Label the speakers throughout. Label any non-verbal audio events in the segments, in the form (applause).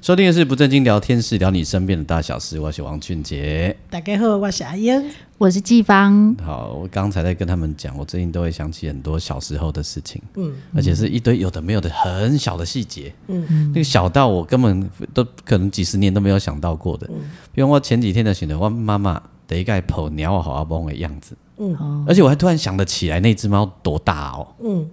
Speaker 1: 收听的是不正经聊天室，聊你身边的大小事。我是王俊杰。
Speaker 2: 大家好，我是阿英。
Speaker 3: 我是季芳，
Speaker 1: 好，我刚才在跟他们讲，我最近都会想起很多小时候的事情，
Speaker 2: 嗯
Speaker 1: 而且是一堆有的没有的很小的细节，
Speaker 2: 嗯，
Speaker 1: 那个小到我根本都可能几十年都没有想到过的。
Speaker 2: 嗯
Speaker 1: 比如我前几天就想到我妈妈得一个跑鸟好阿翁的样子，
Speaker 3: 哦，
Speaker 1: 而且我还突然想得起来那只猫多大哦，
Speaker 2: 嗯，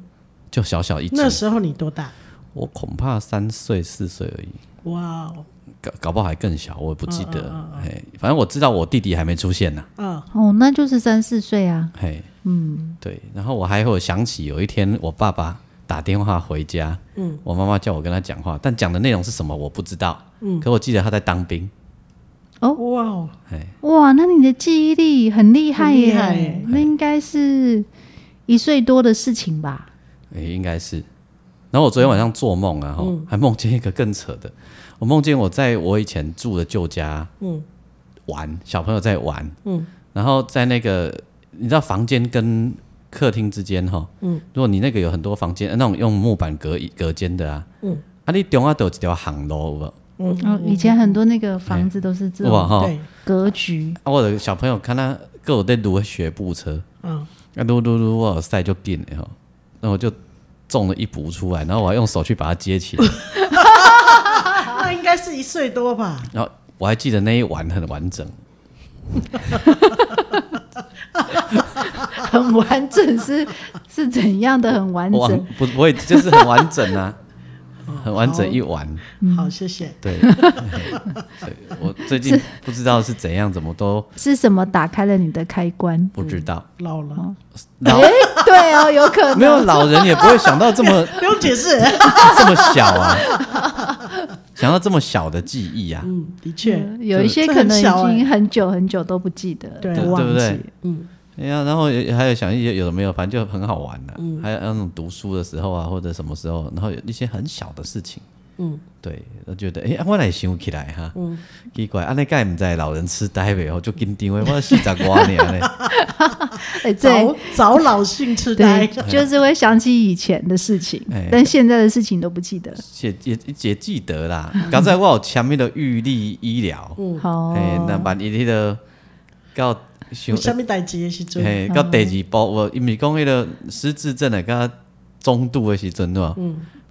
Speaker 1: 就小小一只
Speaker 2: 那，时候你多大？
Speaker 1: 我恐怕三岁四岁而已。
Speaker 2: 哇哦，
Speaker 1: 搞搞不好还更小，我也不记得。嘿，反正我知道我弟弟还没出现呢、
Speaker 2: 啊，
Speaker 3: 哦，那就是三四岁啊，
Speaker 1: 嘿，嗯，对。然后我还有想起有一天我爸爸打电话回家，嗯，我妈妈叫我跟他讲话，但讲的内容是什么我不知道，嗯，可我记得他在当兵，
Speaker 2: 哇哦，
Speaker 1: 嘿，
Speaker 3: 哇，那你的记忆力很厉害
Speaker 2: 很
Speaker 3: 耶，
Speaker 2: 厉害耶
Speaker 3: 那应该是一岁多的事情吧？
Speaker 1: 诶应该是。然后我昨天晚上做梦啊，吼
Speaker 2: 嗯
Speaker 1: 还梦见一个更扯的，我梦见我在我以前住的旧家，
Speaker 2: 嗯
Speaker 1: 玩，小朋友在玩，
Speaker 2: 嗯
Speaker 1: 然后在那个你知道房间跟客厅之间哈，
Speaker 2: 嗯
Speaker 1: 如果你那个有很多房间，呃那种用木板隔一隔间的啊，
Speaker 2: 嗯
Speaker 1: 啊你中间都有一条巷路有无？
Speaker 2: 嗯，
Speaker 3: 哦，以前很多那个房子都是这
Speaker 1: 有无
Speaker 3: 种
Speaker 1: 哈？
Speaker 2: 对，
Speaker 3: 格局，
Speaker 1: 啊我的小朋友看他各有在撸学步车，
Speaker 2: 嗯，
Speaker 1: 啊撸撸撸我有赛就进了吼，那我就中了一补出来，然后我还用手去把它接起来，
Speaker 2: 那啊应该是一岁多吧？
Speaker 1: 然后我还记得那一晚很完整，
Speaker 3: 很完整是 (laughs) 是怎样的很完
Speaker 1: 我
Speaker 3: 整？
Speaker 1: 不不会就是很完
Speaker 3: (laughs)
Speaker 1: 整啊，很完
Speaker 3: 哦
Speaker 1: 整一晚。
Speaker 3: 嗯
Speaker 2: 好，谢谢。
Speaker 3: (laughs)
Speaker 1: 对，对我最近不知道是怎样，怎么都
Speaker 3: 是什么打开了你的开关？ (laughs)
Speaker 1: 不知道。
Speaker 2: 老
Speaker 3: 哦
Speaker 2: 了，
Speaker 1: 老
Speaker 3: 嗯诶对哦，有可能
Speaker 1: 没有老人也不会想到这么
Speaker 2: 不用解释。
Speaker 1: 这么小啊，想到这么小的记忆啊，
Speaker 2: 嗯，的确，
Speaker 3: 嗯有一些
Speaker 2: 这
Speaker 3: 可
Speaker 2: 很
Speaker 3: 能已
Speaker 2: 小
Speaker 3: 经
Speaker 2: 欸
Speaker 3: 很久很久都不记得，
Speaker 2: 对
Speaker 3: 都忘
Speaker 1: 对不对
Speaker 3: 记。
Speaker 2: 嗯
Speaker 1: 哎呀，然后也还有想一些有的没有，反正就很好玩的、
Speaker 2: 嗯
Speaker 1: 还有那种读书的时候啊，或者什么时候，然后有一些很小的事情。
Speaker 2: 嗯，
Speaker 1: 对，我觉得哎、啊我来想起来哈，奇怪，安尼该唔知道老人痴呆未？我就紧张的，我四十多年嘞，
Speaker 2: (laughs)
Speaker 3: 哎，
Speaker 2: 早
Speaker 3: 对
Speaker 2: 早老性痴呆
Speaker 3: 对，，就是会想起以前的事情
Speaker 1: 哎，
Speaker 3: 但现在的事情都不记得。
Speaker 1: 也也也记得啦。刚才我有前面的预立医疗，
Speaker 2: 嗯
Speaker 3: 好，
Speaker 1: 嘿，那万一迄个到想
Speaker 2: 有，什么代志的时阵，
Speaker 1: 嘿，到第二步，我伊毋是讲迄个失智症的，甲中度的时阵喏，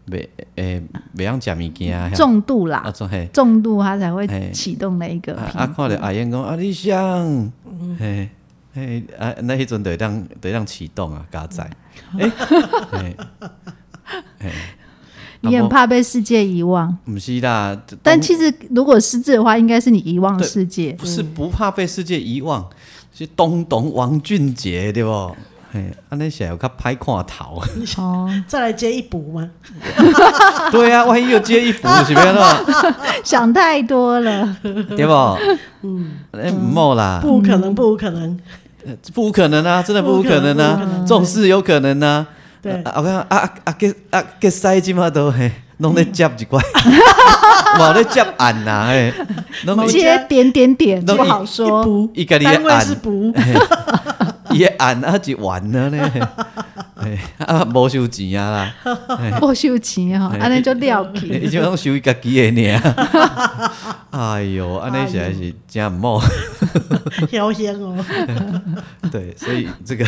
Speaker 1: 袂诶袂晓食物件啊，
Speaker 3: 重度
Speaker 1: 啊
Speaker 3: 啦，
Speaker 1: 种嘿，
Speaker 3: 重度它才会
Speaker 1: 哎
Speaker 3: 启动那一个
Speaker 1: 啊
Speaker 3: 屏
Speaker 1: 啊，看着阿燕讲啊，你想，嘿。嘿，啊，那迄阵就会当就会当启动啊，加载。哎，嘿，
Speaker 3: 你很怕被世界遗忘，
Speaker 1: 毋是啦，
Speaker 3: 但其实如果失智的话，应该是你遗忘
Speaker 1: 对
Speaker 3: 世
Speaker 1: (laughs)
Speaker 3: 界。
Speaker 1: 不是不怕被世界遗忘，是东东王俊杰对不？嘿，安尼写有较歹看头。
Speaker 3: 哦，嗯
Speaker 2: 再来接一补吗？
Speaker 1: 对啊，万一又接一幅是变咯，
Speaker 3: 想太多了，
Speaker 1: 对不？嗯，哎，唔好啦，
Speaker 2: 不可能，不可能。
Speaker 1: 不可能啊，真的不可能
Speaker 2: 不可
Speaker 1: 啊，这种事有可能啊。
Speaker 2: 对
Speaker 1: 啊，我看啊啊啊，给啊给塞金嘛都嘿，弄咧接一 (laughs) 块，哇咧接按呐嘿，弄
Speaker 2: 某
Speaker 1: 伊
Speaker 3: 接点点点
Speaker 1: 那
Speaker 3: 不好
Speaker 2: 一
Speaker 3: 说。
Speaker 2: 补
Speaker 1: 伊家己
Speaker 2: 单位是
Speaker 1: 按，
Speaker 2: 补，
Speaker 1: 伊按啊就完了 (laughs) 咧，嘿啊无收钱啊啦。 (laughs)
Speaker 3: 不秀琴哈，
Speaker 1: 哎
Speaker 3: 啊那就撂皮。
Speaker 1: 伊就拢收伊家己的 (laughs) 尔。哎哟，安尼实在是真毋好。
Speaker 2: (laughs) 飘香哦。
Speaker 1: (laughs) 对，所以这个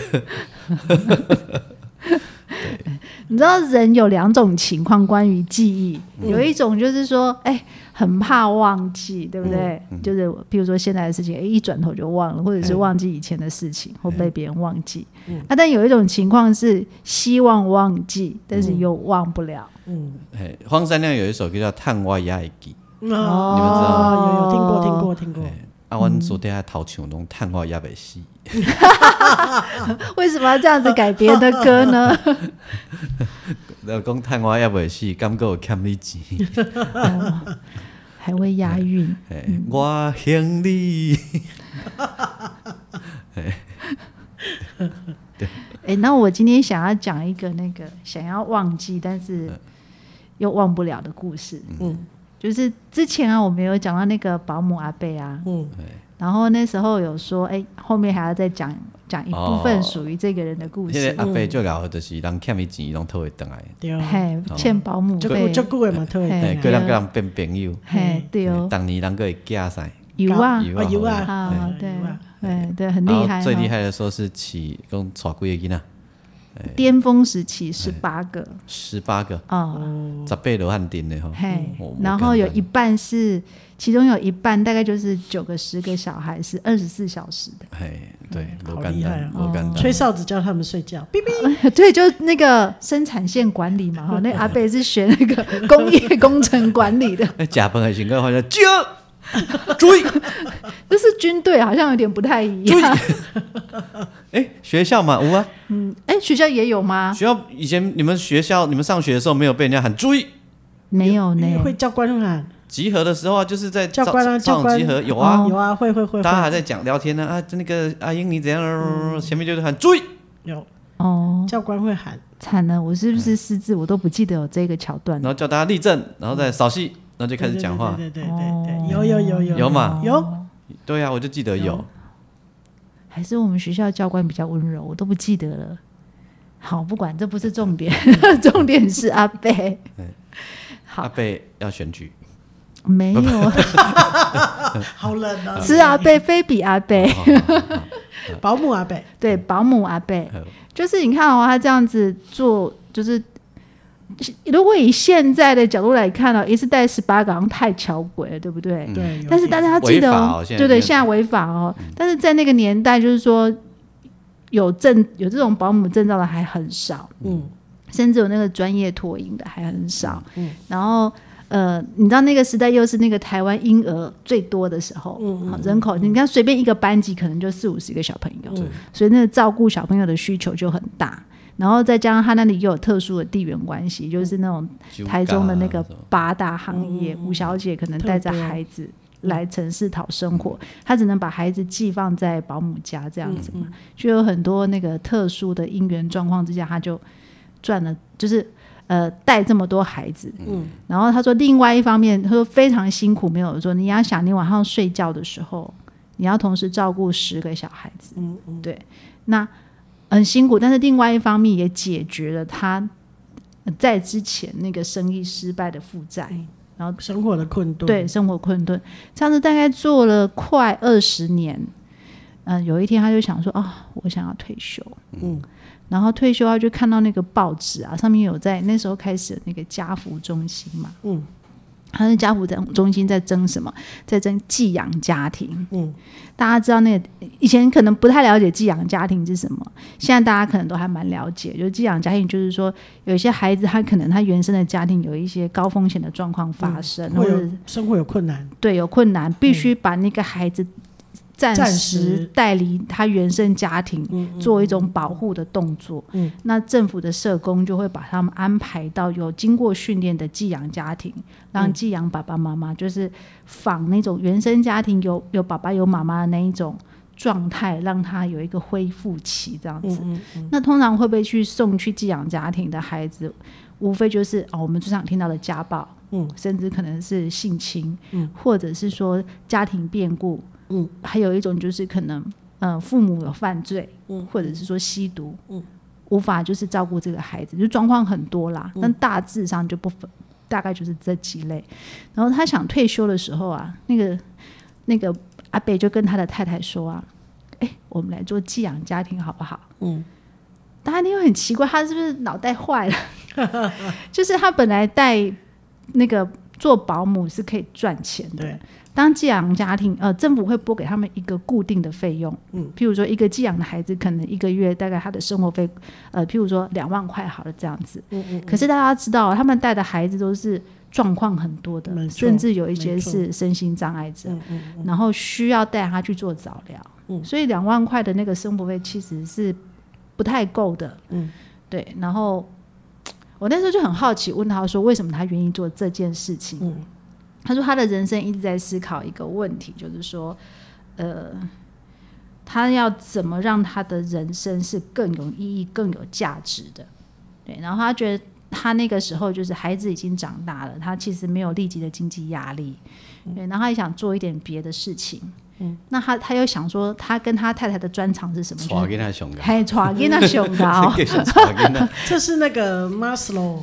Speaker 3: 你知道人有两种情况关于记忆，有一种就是说，哎、很怕忘记，对不对？就是比如说现在的事情，哎，一转头就忘了，或者是
Speaker 1: 哎
Speaker 3: 忘记以前的事情，或被别人忘记。啊，但有一种情况是希望忘记，但是又忘不了。
Speaker 2: 嗯，
Speaker 1: 嘿荒山亮有一首歌叫《探我也会记
Speaker 2: 那
Speaker 3: 哦
Speaker 1: 你们知道吗
Speaker 2: 哦嗯有有听过，听过，听》过。，
Speaker 1: 啊，阮昨天还头像拢探我也袂死，
Speaker 3: 为什么要这样子改别人的歌呢？
Speaker 1: 老公探我要袂死，感觉有欠你
Speaker 3: (laughs)
Speaker 1: 钱，
Speaker 3: 哦还会押韵。
Speaker 1: 嘿我行你，
Speaker 3: 哎，那我今天想要讲一个那个想要忘记，但是又忘不了的故事。
Speaker 2: 嗯
Speaker 3: 就是之前啊，我们有讲到那个保姆阿贝啊，
Speaker 2: 嗯
Speaker 3: 然后那时候有说，哎、后面还要再讲讲一部分属于这个人的故
Speaker 1: 迄
Speaker 3: 事
Speaker 1: 个，阿伯最后就是人欠伊钱，拢讨会倒来，
Speaker 2: 对，
Speaker 3: 嘿，
Speaker 1: 哦
Speaker 3: 欠保姆
Speaker 2: 足久
Speaker 3: 费，
Speaker 2: 足久的嘛，退
Speaker 3: 嘿
Speaker 1: 嘿，
Speaker 3: 哎对
Speaker 1: 过人跟人变朋友，
Speaker 3: 嘿，对哦，
Speaker 1: 当年人个会寄噻，
Speaker 3: 有啊，
Speaker 2: 啊有啊，
Speaker 3: 啊，对
Speaker 2: 有啊，
Speaker 3: 哎，对，很
Speaker 1: 然后
Speaker 3: 厉害哦，
Speaker 1: 最厉害的时候是起共娶几个囡仔，
Speaker 3: 巅峰时期
Speaker 1: 哎
Speaker 3: 十八个
Speaker 1: 十八个，
Speaker 3: 啊，
Speaker 1: 十八罗汉丁的吼，
Speaker 3: 嘿
Speaker 1: 哦，
Speaker 3: 然后
Speaker 1: 不
Speaker 3: 有
Speaker 1: 简单
Speaker 3: 一半是，其中有一半大概就是九个十个小孩是二十四小时的， (laughs)
Speaker 1: 嘿，对，
Speaker 2: 好
Speaker 1: 无简
Speaker 2: 厉害
Speaker 1: 单，
Speaker 3: 哦
Speaker 1: 无简单，
Speaker 2: 吹哨子叫他们睡觉，哔哔，
Speaker 3: 对，就是那个生产线管理嘛，哈，那阿贝是学那个工业工程管理的， (laughs)
Speaker 1: 哎，食饭的时候好像追追，
Speaker 3: 就是军队好像有点不太一样。
Speaker 1: 哎，学校嘛有啊，
Speaker 3: 嗯，哎，学校也有吗？
Speaker 1: 学校以前你们学校你们上学的时候没有被人家喊追。
Speaker 3: 没有呢。
Speaker 2: 会教官喊，
Speaker 1: 集合的时候啊，就是在
Speaker 2: 教
Speaker 1: 操
Speaker 2: 官啊教
Speaker 1: 操
Speaker 2: 官
Speaker 1: 场集合有啊，
Speaker 2: 有啊，会会会，
Speaker 1: 大家还
Speaker 2: 会
Speaker 1: 在讲聊天呢啊，那个阿英你怎样？前面就是喊追，
Speaker 2: 有
Speaker 3: 哦，
Speaker 2: 教官会喊，
Speaker 3: 惨了，我是不是失智？我都不记得有这个桥段
Speaker 1: 然
Speaker 3: 了。
Speaker 1: 后叫大家立正，然后再扫戏，然后就开始讲话。
Speaker 2: 对对对对对，有有有有
Speaker 1: 有嘛
Speaker 2: 有，
Speaker 1: 对啊，我就记得有，
Speaker 3: 还是我们学校教官比较温柔，我都不记得了。好，不管这不是重点， (laughs) 重点是阿贝。
Speaker 1: 阿贝要选举，
Speaker 3: 没有，
Speaker 2: 好冷啊，
Speaker 3: 是阿贝，非比阿贝，
Speaker 2: 保姆啊阿贝，
Speaker 3: 对，保姆阿贝。
Speaker 1: 呃
Speaker 3: 就是你看哦，他这样子做，就是如果以现在的角度来看哦，一次带十八个好像太巧诡了，对不对？
Speaker 1: 嗯
Speaker 2: 对，有
Speaker 3: 但是
Speaker 2: 点
Speaker 3: 大家要记得
Speaker 1: 违法
Speaker 3: 哦
Speaker 1: 哦，现在嗯
Speaker 3: 对对，
Speaker 1: 现
Speaker 3: 现
Speaker 1: 在
Speaker 3: 在违法哦。但是在那个年代，就是说有证有这种保姆证照的还很少，
Speaker 2: 嗯
Speaker 3: 甚至有那个专业托婴的还很少。
Speaker 2: 嗯
Speaker 3: 然后呃，你知道那个时代又是那个台湾婴儿最多的时
Speaker 1: 嗯
Speaker 3: 候，好人口你看随便一个班级可能就四五十个小朋友，
Speaker 1: 对
Speaker 3: 所以那个照顾小朋友的需求就很大。然后再加上他那里又有特殊的地缘关系，就是那种台中的那
Speaker 1: 啊
Speaker 3: 个八大行
Speaker 2: 嗯
Speaker 3: 业，吴小姐可能带着孩子来城市讨生活，她只能把孩子寄放在保姆家这样子
Speaker 2: 嗯
Speaker 3: 嘛，就有很多那个特殊的因缘状况之下，她就赚了，就是呃带这么多孩子，
Speaker 2: 嗯，
Speaker 3: 然后她说另外一方面，她说非常辛苦，没有说你要想你晚上睡觉的时候，你要同时照顾十个小孩子，
Speaker 2: 嗯嗯
Speaker 3: 对，那很辛苦，但是另外一方面也解决了她呃在之前那个生意失败的负债。
Speaker 2: 生活的困顿，
Speaker 3: 对，生活困顿，这样子大概做了快二十年。嗯、有一天他就想说，哦，我想要退休，
Speaker 2: 嗯，
Speaker 3: 然后退休他就看到那个报纸啊，上面有在那时候开始有那个家福中心嘛，
Speaker 2: 嗯，
Speaker 3: 他是家福中心在争什么？在争寄养家庭，
Speaker 2: 嗯，
Speaker 3: 大家知道那个以前可能不太了解寄养家庭是什么，现在大家可能都还蛮了解，就是寄养家庭就是说有一些孩子他可能他原生的家庭有一些高风险的状况发生，
Speaker 2: 嗯
Speaker 3: 或
Speaker 2: 会
Speaker 3: 者
Speaker 2: 有生活有困难，
Speaker 3: 对有困难，必须把那个孩子暂
Speaker 2: 嗯暂
Speaker 3: 时
Speaker 2: 时
Speaker 3: 带离他原生家庭，
Speaker 2: 嗯嗯，
Speaker 3: 做一种保护的动作。
Speaker 2: 嗯，
Speaker 3: 那政府的社工就会把他们安排到有经过训练的寄养家庭，
Speaker 2: 嗯
Speaker 3: 让寄养爸爸妈妈就是仿那种原生家庭有有爸爸有妈妈的那一种。状态让他有一个恢复期，这样子。
Speaker 2: 嗯
Speaker 3: 那通常会被去送去寄养家庭的孩子，无非就是哦，我们最常听到的家暴，
Speaker 2: 嗯，
Speaker 3: 甚至可能是性侵，
Speaker 2: 嗯，
Speaker 3: 或者是说家庭变故，
Speaker 2: 嗯，
Speaker 3: 还有一种就是可能，呃，父母有犯罪，
Speaker 2: 嗯
Speaker 3: 或者是说吸毒，
Speaker 2: 嗯，
Speaker 3: 无法就是照顾这个孩子，就状况很多啦，
Speaker 2: 嗯
Speaker 3: 但大致上就不分，大概就是这几类。然后他想退休的时候啊，那个那个阿贝就跟他的太太说啊，哎，我们来做寄养家庭好不好？
Speaker 2: 嗯
Speaker 3: 大家一定会很奇怪，他是不是脑袋坏了？
Speaker 2: (laughs)
Speaker 3: 就是他本来带那个做保姆是可以赚钱的
Speaker 2: 对，
Speaker 3: 当寄养家庭，呃，政府会拨给他们一个固定的费用，
Speaker 2: 嗯，
Speaker 3: 譬如说一个寄养的孩子，可能一个月大概他的生活费，呃，譬如说两万块好了这样子。
Speaker 2: 嗯嗯，
Speaker 3: 可是大家知道，他们带的孩子都是状况很多
Speaker 2: 没
Speaker 3: 的，
Speaker 2: 错
Speaker 3: 甚至有一些
Speaker 2: 没错
Speaker 3: 是身心障碍者，
Speaker 2: 嗯嗯
Speaker 3: 然后需要带他去做早疗，
Speaker 2: 嗯
Speaker 3: 所以两万块的那个生活费其实是不太够的，
Speaker 2: 嗯
Speaker 3: 对。然后我那时候就很好奇，问他说为什么他愿意做这件事情。
Speaker 2: 嗯
Speaker 3: 他说他的人生一直在思考一个问题，就是说，呃，他要怎么让他的人生是更有意义、更有价值的。对，然后他觉得他那个时候就是孩子已经长大了，他其实没有立即的经济压力，对，然后他也想做一点别的事情。嗯，那他他又想说，他跟他太太的专长是什么？
Speaker 1: 耍给啊他熊高，，
Speaker 3: 还抓给那熊哦
Speaker 2: (laughs)
Speaker 3: 高
Speaker 1: 给耍给他，
Speaker 2: 这是那个 Maslow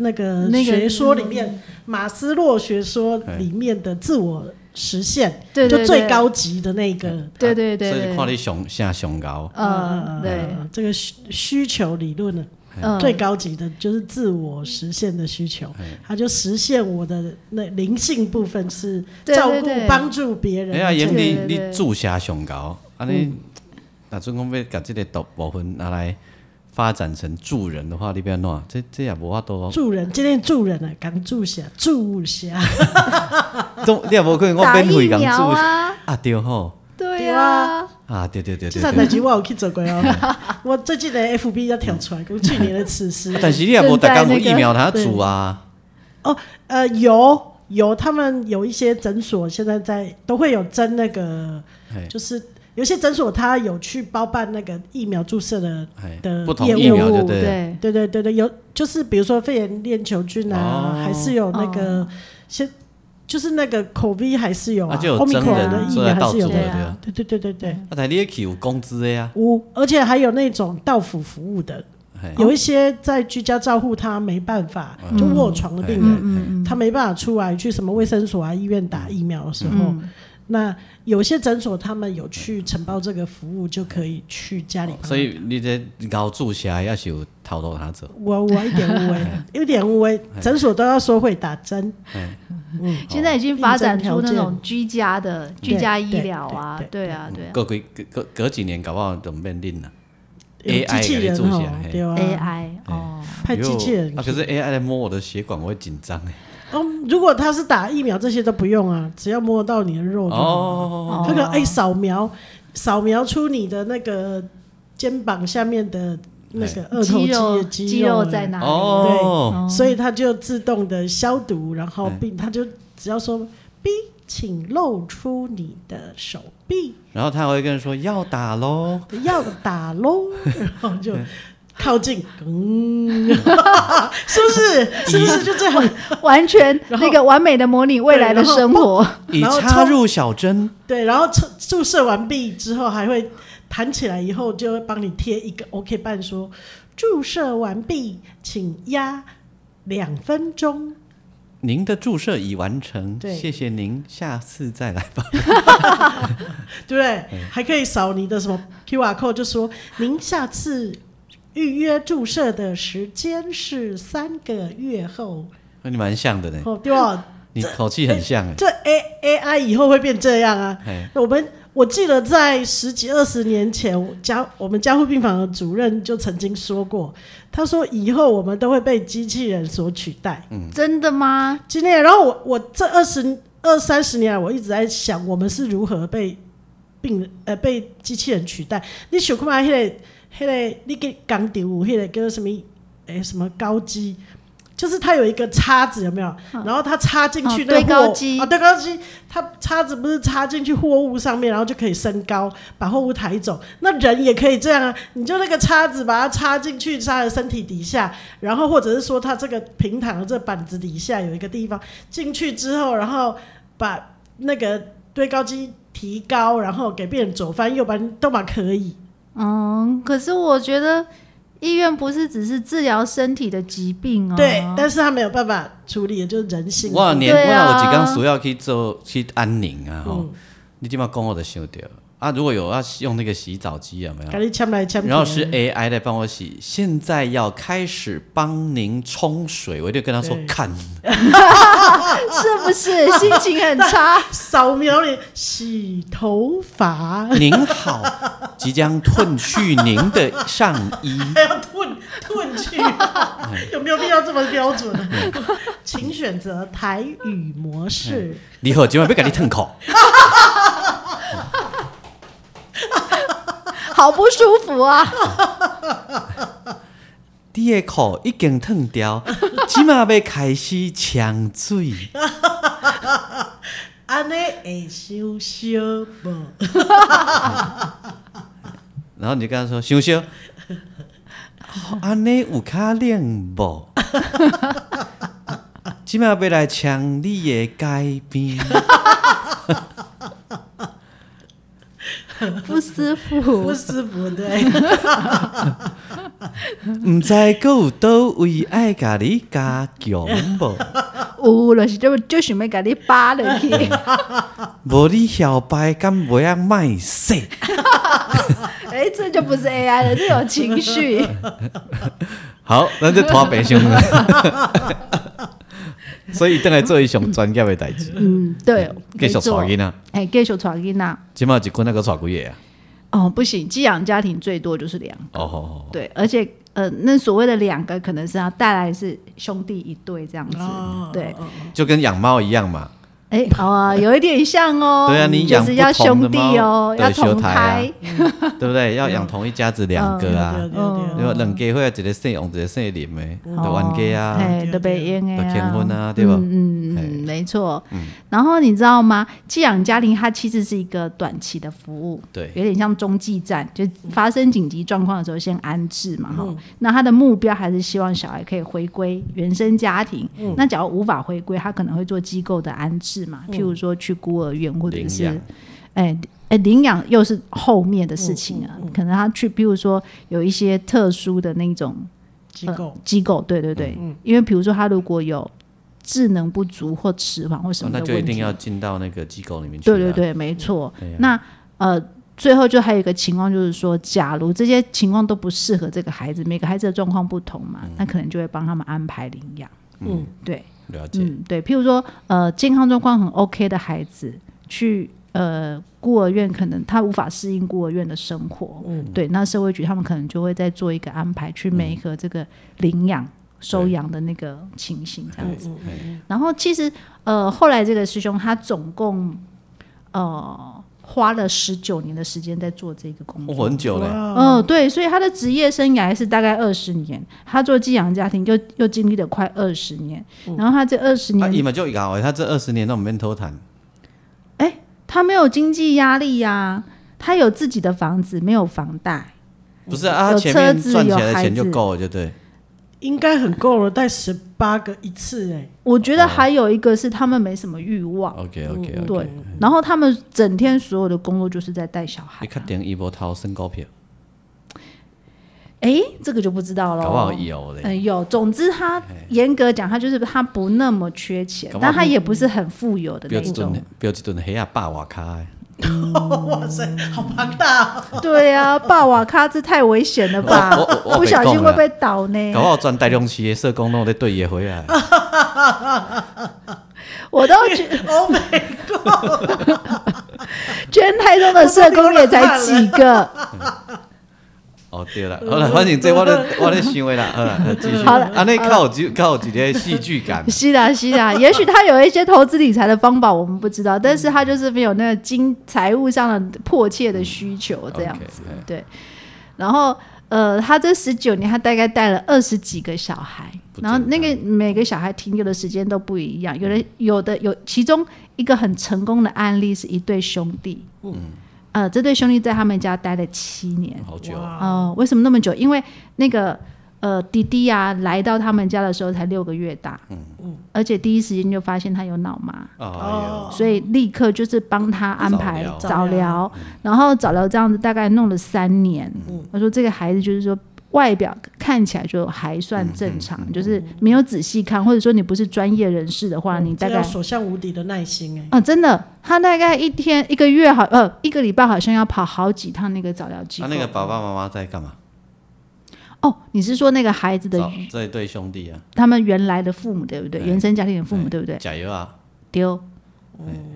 Speaker 2: 那个
Speaker 3: 那个
Speaker 2: 学说里面，马斯洛学说里面的自我实现，
Speaker 3: 对对
Speaker 2: 就最高级的那个。嗯
Speaker 3: 对对对
Speaker 1: 所以
Speaker 3: 对，
Speaker 1: 看你嗯熊下熊高，
Speaker 3: 呃，对，
Speaker 2: 呃，这个需需求理论呢，
Speaker 3: 嗯，
Speaker 2: 最高级的就是自我实现的需求，
Speaker 1: 哎
Speaker 2: 它就实现我的那灵性部分是
Speaker 3: 对对
Speaker 2: 照顾
Speaker 3: 对、啊
Speaker 2: 帮助别
Speaker 1: 哎呀，
Speaker 2: 人。
Speaker 1: 严
Speaker 3: 对
Speaker 1: 你
Speaker 3: 对对
Speaker 1: 你住下熊高，啊你，那准讲要把这个大部分拿来发展成助人的话，你不要弄，这这也无法度哦，
Speaker 2: 助人，今天助人啊，刚助侠，助侠，
Speaker 1: 都你也无可能我
Speaker 3: 打
Speaker 1: 免
Speaker 3: 疫
Speaker 1: 费共
Speaker 3: 苗
Speaker 1: 住
Speaker 3: 啊，
Speaker 1: 啊，对吼。
Speaker 3: 对啊，
Speaker 1: 啊，对对对
Speaker 2: 这
Speaker 1: 对
Speaker 2: 场
Speaker 1: 对
Speaker 2: 代志我有去做过
Speaker 3: (laughs)
Speaker 2: 哦。我最近的 FB 要跳出来，讲去年的此时
Speaker 1: 啊但是你也无
Speaker 3: 正
Speaker 1: 大
Speaker 3: 在
Speaker 1: 家
Speaker 3: 那
Speaker 1: 有
Speaker 3: 个
Speaker 1: 疫苗，他煮啊，
Speaker 2: 哦，呃，有有，他们有一些诊所现在在都会有征那个，
Speaker 1: 嘿
Speaker 2: 就是有些诊所他有去包办那个疫苗注射的
Speaker 1: 嘿
Speaker 2: 的
Speaker 1: 不同
Speaker 2: 业务
Speaker 1: 疫苗就对了
Speaker 3: 对，
Speaker 2: 对对对对，有就是比如说肺炎链球菌啊，
Speaker 1: 哦
Speaker 2: 还是有那个先，就是那个 COVID 还是有啊，
Speaker 1: 啊就有
Speaker 2: o m i
Speaker 1: 真
Speaker 2: c r o n 的
Speaker 1: 人
Speaker 2: 疫
Speaker 1: 坐
Speaker 2: 苗
Speaker 1: 在
Speaker 2: 还
Speaker 1: 到
Speaker 2: 是
Speaker 1: 煮
Speaker 2: 有
Speaker 1: 的
Speaker 2: 的。
Speaker 1: 对
Speaker 3: 对啊
Speaker 1: 啊，
Speaker 2: 对对对对对，
Speaker 1: 啊，但你也去有工资的呀，
Speaker 2: 无，而且还有那种到府服务的，
Speaker 1: 嘿
Speaker 2: 有一些在居家照护他没办法，就卧床的病人，
Speaker 1: 嗯
Speaker 2: 他没办法出来去什么卫生所啊、医院打疫苗的时候，
Speaker 3: 嗯
Speaker 2: 那有些诊所他们有去承包这个服务，就可以去家里帮忙。
Speaker 1: 所以你这熬住起来也是有头路他做，
Speaker 2: 我我一点无为，
Speaker 1: (laughs)
Speaker 2: 有点无为，
Speaker 1: 哎
Speaker 2: 诊所都要说会打针，
Speaker 3: 现在已经发展出那
Speaker 2: 竞争条
Speaker 3: 种居家的居
Speaker 2: 对
Speaker 3: 家医
Speaker 2: 对
Speaker 3: 疗啊
Speaker 2: 哦对，
Speaker 3: 对啊，对啊
Speaker 1: 过几隔隔隔几年搞不好怎么变令了
Speaker 2: 有机器人
Speaker 1: 做
Speaker 2: 哦
Speaker 1: 起来，
Speaker 2: 对
Speaker 1: 嘿
Speaker 2: 啊，
Speaker 3: ，AI 哦，
Speaker 2: 派机器人
Speaker 1: 啊，可是 AI 来摸我的血管，我会紧张哎，
Speaker 2: 哦，如果他是打疫苗，这些都不用啊，只要摸到你的肉就好。
Speaker 1: 哦，
Speaker 2: 这个哎，扫描扫描出你的那个肩膀下面的那个
Speaker 1: 哎
Speaker 2: 二头
Speaker 3: 肌
Speaker 2: 肌
Speaker 3: 肉
Speaker 2: 的
Speaker 3: 肌
Speaker 2: 肉
Speaker 3: 肉
Speaker 2: 了
Speaker 3: 在哪里？
Speaker 1: 哦，
Speaker 2: 所以它就自动的消毒，然后并它就只要说 “B，请露出你的手臂，
Speaker 1: 然后他还会跟人说要打喽，
Speaker 2: 不要打 (laughs) 喽”，然后就靠近， (laughs) 嗯，是不是？是不是就这样？
Speaker 3: 完全那个完美的模拟未来的生活，
Speaker 1: 已
Speaker 2: 然后
Speaker 1: 插
Speaker 2: 抽
Speaker 1: 入小针，
Speaker 2: 对，然后注注射完毕之后，还会弹起来，以后就会帮你贴一个 OK 棒，说注射完毕，请压两分钟。
Speaker 1: 您的注射已完成，
Speaker 2: 对
Speaker 1: 谢谢您，下次再来吧。
Speaker 2: 对不对？还可以扫你的什么 QR code，就说您下次预约注射的时间是三个月后，
Speaker 1: 那你蛮像的呢，
Speaker 2: 哦，对吧？
Speaker 1: 你口气很像哎。
Speaker 2: 这 A A I 以后会变这样啊？
Speaker 1: 哎，
Speaker 2: 我们我记得在十几二十年前，我家我们加护病房的主任就曾经说过，他说以后我们都会被机器人所取代。
Speaker 1: 嗯
Speaker 3: 真的吗？
Speaker 2: 今天，然后我我这二十二三十年来，我一直在想，我们是如何被病人呃被机器人取代。你想看嘛、那个那个你给港底舞，那个叫做什么？诶、什么高机？就是它有一个叉子，有没有？然后它插进去
Speaker 3: 嗯
Speaker 2: 那个
Speaker 3: 哦堆
Speaker 2: 货
Speaker 3: 高机
Speaker 2: 啊，堆高机，它叉子不是插进去货物上面，然后就可以升高，把货物抬走。那人也可以这样啊，你就那个叉子把它插进去他的身体底下，然后或者是说它这个平躺的这板子底下有一个地方进去之后，然后把那个堆高机提高，然后给病人左翻右翻都嘛可以。
Speaker 3: 嗯，可是我觉得医院不是只是治疗身体的疾病啊，
Speaker 2: 对，
Speaker 3: (laughs)
Speaker 2: 但是他没有办法处理的就是人性。
Speaker 1: 我年
Speaker 3: 对啊
Speaker 1: 我有一天需要去做去安宁啊吼，你今嘛讲我就想到啊，如果有要用那个洗澡机啊有没有
Speaker 2: 赶？紧签来签去，
Speaker 1: 然后是 AI 来帮我洗，现在要开始帮您冲水，我就跟他说
Speaker 2: 对
Speaker 1: 看，
Speaker 3: 是不
Speaker 2: 啊
Speaker 3: 是心情很
Speaker 2: (laughs)
Speaker 3: 差？
Speaker 2: 扫描你洗头发， (laughs)
Speaker 1: 您好，即将褪去您的上衣，
Speaker 2: 还要吞吞去，
Speaker 1: 哎
Speaker 2: 有没有必要这么标准？请选择台语模式。
Speaker 1: 你好，今晚别给你烫口，
Speaker 2: (laughs)
Speaker 3: 好不舒服啊！
Speaker 1: 你的裤已经脱掉，即马要开始呛水。哎
Speaker 2: 安尼会羞羞不？
Speaker 1: 然后你就跟他说：“想想， (laughs) 哦安尼有卡冷 (laughs) 无？即马要来抢你的街边，
Speaker 3: 不舒
Speaker 2: 不
Speaker 3: 服，
Speaker 2: 是不 (laughs) 对，
Speaker 1: 毋知佫有倒位爱甲你加强无？
Speaker 3: 有就是就就想要甲你扒落
Speaker 2: (laughs)
Speaker 3: 去，
Speaker 1: 无你小白敢袂晓卖死？
Speaker 3: 哎、这就不是 AI 了，这有情绪。
Speaker 1: 好，咱就拖白相了。 (laughs) 所以等来做伊上专业的代志，
Speaker 3: 嗯，对，
Speaker 1: 继续
Speaker 3: 没错
Speaker 1: 带囡仔，
Speaker 3: 哎，继续带囡仔。
Speaker 1: 即马一棍那个带几个啊？
Speaker 3: 哦，不行，寄养家庭最多就是两
Speaker 1: 哦吼吼。
Speaker 3: 对，而且呃，那所谓的两个可能是要带来是兄弟一对这样子，
Speaker 2: 哦
Speaker 3: 对，
Speaker 1: 就跟养猫一样嘛。
Speaker 3: 哎、哦、啊，有一点像哦，
Speaker 1: 对啊，你
Speaker 3: 就
Speaker 1: 养
Speaker 3: 是
Speaker 1: 不
Speaker 3: 要
Speaker 1: 同的
Speaker 3: 兄弟
Speaker 1: 猫
Speaker 3: 哦，
Speaker 1: 就
Speaker 3: 要
Speaker 1: 是小
Speaker 3: 同
Speaker 1: 胎
Speaker 3: 胎，
Speaker 1: 啊，对不对？要养同一家子两个啊，
Speaker 2: 对对对
Speaker 1: 对吧？两家伙一个姓王，一个姓林的，就
Speaker 3: 哦
Speaker 1: 冤家啊，
Speaker 3: 哎，都被冤
Speaker 1: 就
Speaker 3: 哎，
Speaker 1: 结婚啊，对吧？
Speaker 3: 嗯嗯
Speaker 1: 嘿
Speaker 3: 嗯，没错。然后你知道吗？寄养家庭它其实是一个短期的服务，
Speaker 1: 对嗯
Speaker 3: 有点像中继站，就发生紧急状况的时候先安置嘛，哈、那他的目标还是希望小孩可以回归原生家庭。
Speaker 1: 嗯
Speaker 3: 那假如无法回归，他可能会做机构的安置嘛，譬如说去孤儿院或者
Speaker 1: 领
Speaker 3: 是
Speaker 1: 养，
Speaker 3: 哎哎，领养又是后面的事情
Speaker 1: 嗯
Speaker 3: 啊，可能他去，譬如说有一些特殊的那种
Speaker 2: 机
Speaker 3: 呃
Speaker 2: 构
Speaker 3: 机构，对对对，
Speaker 1: 嗯
Speaker 3: 因为比如说他如果有智能不足或迟缓或什
Speaker 1: 哦
Speaker 3: 么
Speaker 1: 那
Speaker 3: 的
Speaker 1: 就一
Speaker 3: 问
Speaker 1: 定
Speaker 3: 题，
Speaker 1: 要进到那个机构里面去啊。
Speaker 3: 对对对，没错。
Speaker 1: 对啊
Speaker 3: 那呃，最后就还有一个情况就是说，假如这些情况都不适合这个孩子，每个孩子的状况不同
Speaker 1: 嗯
Speaker 3: 嘛，那可能就会帮他们安排领养。
Speaker 2: 嗯，
Speaker 3: 对，
Speaker 1: 了解。
Speaker 3: 嗯，对，譬如说，呃，健康状况很 OK 的孩子，去呃孤儿院，可能他无法适应孤儿院的生活，嗯，对，那社会局他们可能就会再做一个安排，去每一个这个领养、收养的那个情形这样子。
Speaker 1: 嘿
Speaker 3: 然后其实呃，后来这个师兄他总共呃花了十九年的时间在做这个工
Speaker 1: 哦，
Speaker 3: 作，
Speaker 1: 很久嘞，
Speaker 2: 哇
Speaker 3: 嗯，对，所以他的职业生涯是大概二十年，他做寄养家庭又又经历了快二十年，
Speaker 1: 嗯
Speaker 3: 然后他这二十
Speaker 1: 他伊
Speaker 3: 年，
Speaker 1: 嘛就搞哦的，他这二十年都没偷谈，
Speaker 3: 哎、他没有经济压力呀、他有自己的房子，没有房贷，
Speaker 1: 不是
Speaker 3: 嗯
Speaker 1: 啊？
Speaker 3: 有
Speaker 1: 他前面
Speaker 3: 车子
Speaker 1: 赚起
Speaker 3: 有
Speaker 1: 来的
Speaker 3: 孩
Speaker 1: 钱就
Speaker 3: 子
Speaker 1: 够了，就对。
Speaker 2: 应该很够了，带十八个一次哎，
Speaker 3: 我觉得
Speaker 1: 哦
Speaker 3: 还有一个是他们没什么欲望，
Speaker 1: OK OK
Speaker 2: 嗯
Speaker 1: OK。
Speaker 3: 对，然后他们整天所有的工作就是在带小孩
Speaker 1: 你
Speaker 3: 啊、
Speaker 1: 确定伊无偷升股票，
Speaker 3: 哎、这个就不知道
Speaker 1: 搞不好
Speaker 3: 喽。
Speaker 1: 有嘞。
Speaker 3: 嗯，有。总之，他严格讲，他就是他不那么缺钱
Speaker 1: 搞，不好
Speaker 3: 但他也不是很富有的
Speaker 1: 标
Speaker 3: 那
Speaker 1: 一
Speaker 3: 种哎
Speaker 1: 顿。，标一顿黑啊，霸瓦卡的。
Speaker 2: 哇塞，好庞大哦，
Speaker 1: (laughs)
Speaker 3: 对呀、啊，霸瓦卡这太危险了吧
Speaker 1: 我我我？我
Speaker 3: 不小心
Speaker 1: 没讲啊
Speaker 3: 会被倒呢
Speaker 1: 搞。不好赚带动企业社工弄在对啊也回来，
Speaker 3: 啊我都觉
Speaker 2: 欧
Speaker 1: (laughs) 哎
Speaker 2: 美
Speaker 3: 全台中的社工也才几个。 (laughs)
Speaker 1: 哦对了，好了，反正这我的我的行为啦，好了，继续。
Speaker 3: 好了，
Speaker 1: 啊那靠几靠几个戏剧感
Speaker 3: (laughs) 是的，是的，也许他有一些投资理财的方法，我们不知道，但是他就是没有那个经财务上的迫切的需求，这样子
Speaker 1: OK，哎。
Speaker 3: 对，然后。呃，他这十九年，他大概带了二十几个小孩，
Speaker 1: 不
Speaker 3: 然后
Speaker 1: 简
Speaker 3: 那
Speaker 1: 单
Speaker 3: 个每个小孩停留的时间都不一样，有的有的有，其中一个很成功的案例是一对兄弟，嗯，呃，这对兄弟在他们家待了七年，
Speaker 1: 好久，
Speaker 2: 哇
Speaker 3: 哦，为什么那么久？因为那个呃弟弟呀、来到他们家的时候才六个月大，嗯嗯，而且第一时间就发现他有脑麻，
Speaker 1: 哦，
Speaker 3: 所以立刻就是帮他安排
Speaker 1: 早疗
Speaker 3: 早疗，然后早疗这样子大概弄了三年。
Speaker 1: 嗯
Speaker 3: 他说这个孩子就是说。外表看起来就还算正
Speaker 1: 嗯
Speaker 3: 常，就是没有仔细看，或者说你不是专业人士的
Speaker 1: 嗯
Speaker 3: 话，你大
Speaker 2: 这
Speaker 3: 概
Speaker 1: 啊
Speaker 2: 要所向无敌的耐心哎，
Speaker 3: 啊，真的，他大概一天一个月好呃一个礼拜好像要跑好几趟那个早疗机
Speaker 1: 他
Speaker 3: 构。
Speaker 1: 啊那个爸爸妈妈在干嘛？
Speaker 3: 哦，你是说那个孩子的
Speaker 1: 找这对兄弟啊，
Speaker 3: 他们原来的父母，对不对？
Speaker 1: 对
Speaker 3: 原生家庭的父母，对
Speaker 1: 对
Speaker 3: 不对？
Speaker 1: 加油啊！
Speaker 3: 丢，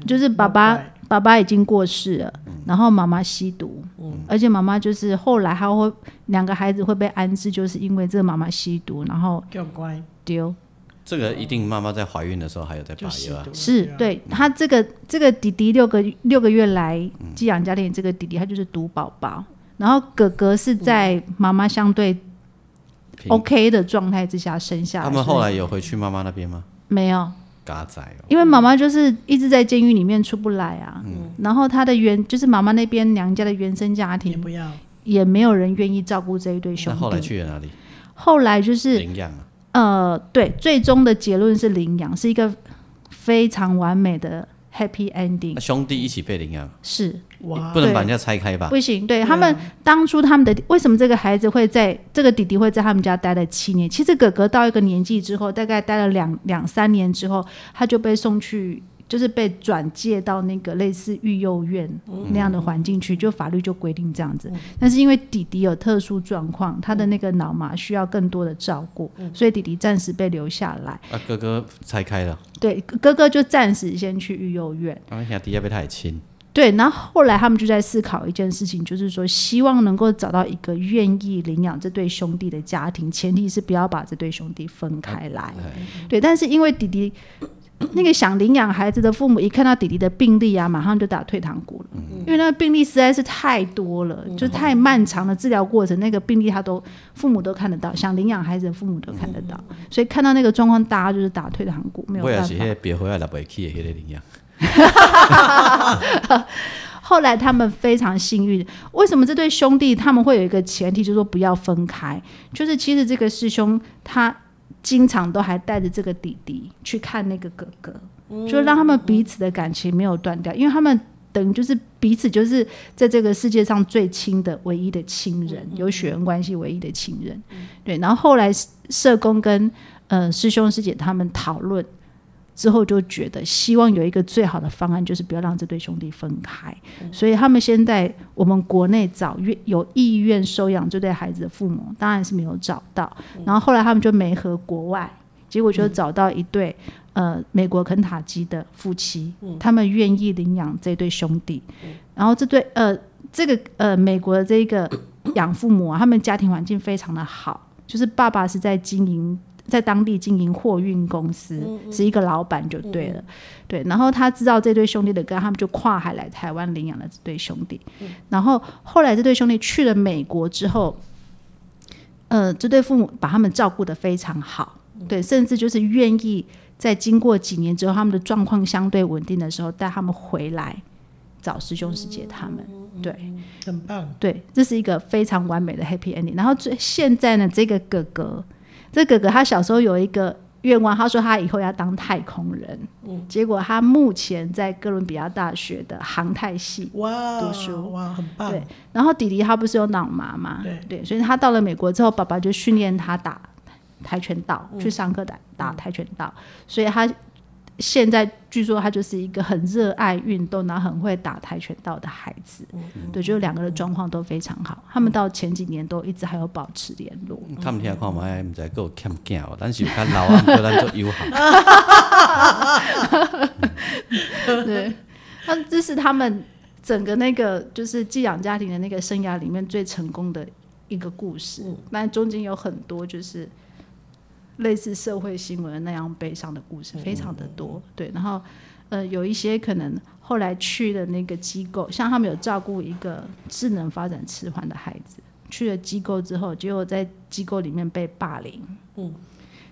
Speaker 3: 就是爸
Speaker 2: 莫
Speaker 3: 爸
Speaker 2: 怪，
Speaker 3: 爸爸已经过世了，然后妈妈吸毒，嗯而且妈妈就是后来还会两个孩子会被安置，就是因为这个妈妈吸毒，然后
Speaker 2: 给我乖，
Speaker 3: 丢，
Speaker 1: 这个一定妈妈在怀孕的时候还有在
Speaker 2: 就
Speaker 1: 加
Speaker 2: 吸
Speaker 1: 油啊
Speaker 2: 毒，
Speaker 3: 是
Speaker 2: 啊，
Speaker 3: 对他这个这个弟弟六个六个月来寄养家庭，这个弟弟他就是毒宝宝，然后哥哥是在妈妈相对哦 OK 的状态之下生下来。
Speaker 1: 他们后来有回去妈妈那边吗？
Speaker 3: 没有，
Speaker 1: 嘎仔哦，
Speaker 3: 因为妈妈就是一直在监狱里面出不来啊。然后她的原就是妈妈那边娘家的原生家
Speaker 2: 也
Speaker 3: 庭
Speaker 2: 不要，
Speaker 3: 也没有人愿意照顾这一对兄
Speaker 1: 那
Speaker 3: 弟。
Speaker 1: 后来去了哪里？
Speaker 3: 后来就是
Speaker 1: 领养啊，
Speaker 3: 呃，对，最终的结论是领养，是一个非常完美的 happy ending
Speaker 1: 那。兄弟一起被领养，啊
Speaker 3: 是
Speaker 2: 哇
Speaker 1: 不，能把人家拆开吧？
Speaker 3: 不行，对
Speaker 2: 对啊
Speaker 3: 他们当初他们的为什么这个孩子会在这个弟弟会在他们家待了七年？其实哥哥到一个年纪之后，大概待了两两三年之后，他就被送去，就是被转介到那个类似育幼院
Speaker 2: 嗯
Speaker 3: 那样的环境去，就法律就规定这样子。但是因为弟弟有特殊状况，他的那个脑麻需要更多的照顾，
Speaker 2: 嗯
Speaker 3: 所以弟弟暂时被留下来。
Speaker 1: 啊，哥哥拆开了，
Speaker 3: 对，哥哥就暂时先去育幼院。
Speaker 1: 啊，兄弟要被他也亲，
Speaker 3: 对，然后后来他们就在思考一件事情，就是说希望能够找到一个愿意领养这对兄弟的家庭，前提是不要把这对兄弟分开来。对，但是因为弟弟那个想领养孩子的父母一看到弟弟的病历啊，马上就打退堂鼓了，因为那个病历实在是太多了，就太漫长的治疗过程，那个病历他都父母都看得到，想领养孩子的父母都看得到，所以看到那个状况，大家就是打退堂鼓，没有
Speaker 1: 我也
Speaker 3: 办
Speaker 1: 是
Speaker 3: 法
Speaker 1: 那。个别回来了不起的那个领养，
Speaker 3: 后来他们非常幸运，为什么这对兄弟他们会有一个前提，就是说不要分开？就是其实这个师兄他经常都还带着这个弟弟去看那个哥哥，就让他们彼此的感情没有断掉，因为他们等于就是彼此就是在这个世界上最亲的唯一的亲人，有血缘关系唯一的亲人。对，然后后来社工跟呃师兄师姐他们讨论。之后就觉得，希望有一个最好的方案，就是不要让这对兄弟分开。所以他们现在我们国内找愿有意愿收养这对孩子的父母，当然是没有找到。然后后来他们就没和国外，结果就找到一对、呃美国肯塔基的夫妻，他们愿意领养这对兄弟。然后这对呃这个呃美国的这个养父母啊，他们家庭环境非常的好，就是爸爸是在经营。在当地经营货运公司，是一个老板就对了。对，然后他知道这对兄弟的歌，他们就跨海来台湾领养了这对兄弟。然后后来这对兄弟去了美国之后，呃，这对父母把他们照顾得非常好，对，甚至就是愿意在经过几年之后，他们的状况相对稳定的时候，带他们回来找师兄师姐他们。对
Speaker 2: 很棒，
Speaker 3: 对，这是一个非常完美的 happy ending。然后最现在呢，这个哥哥，这个哥哥他小时候有一个愿望，他说他以后要当太空人。结果他目前在哥伦比亚大学的航太系。
Speaker 2: 哇，
Speaker 3: 读书
Speaker 2: 哇，很棒，
Speaker 3: 对然后弟弟他不是有脑麻嘛？
Speaker 2: 对
Speaker 3: 所以他到了美国之后，爸爸就训练他打跆拳道，去上课打打跆拳道，所以他现在据说他就是一个很热爱运动，然后很会打跆拳道的孩子。对，就是两个人的状况都非常好，他们到前几年都一直还有保持联络。
Speaker 1: 他们听看嘛，哎唔知够欠囝哦，咱是有较老啊，不过咱做友
Speaker 3: (laughs)
Speaker 1: 好，
Speaker 3: 对，那这是他们整个那个就是寄养家庭的那个生涯里面最成功的一个故事。那中间有很多就是类似社会新闻那样悲伤的故事，非常的多。对，然后呃，有一些可能后来去的那个机构，像他们有照顾一个智能发展迟缓的孩子，去了机构之后，结果在机构里面被霸凌。嗯。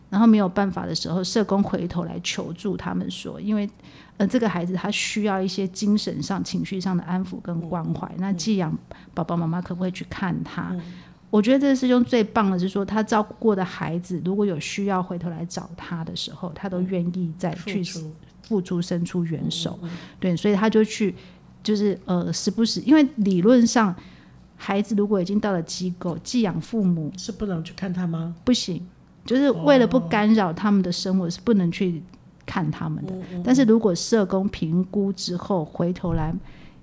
Speaker 3: 然后没有办法的时候，社工回头来求助他们说，因为呃，这个孩子他需要一些精神上、情绪上的安抚跟关怀。
Speaker 2: 嗯
Speaker 3: 那寄养爸爸妈妈可不可以去看他？我觉得这个师兄最棒的是说，他照顾过的孩子如果有需要回头来找他的时候，他都愿意再去
Speaker 2: 付出，
Speaker 3: 付出、伸出援手。对，所以他就去，就是呃，时不时，因为理论上，孩子如果已经到了机构，寄养父母
Speaker 2: 是不能去看他吗？
Speaker 3: 不行，就是为了不干扰他们的生活，是不能去看他们的。但是如果社工评估之后回头来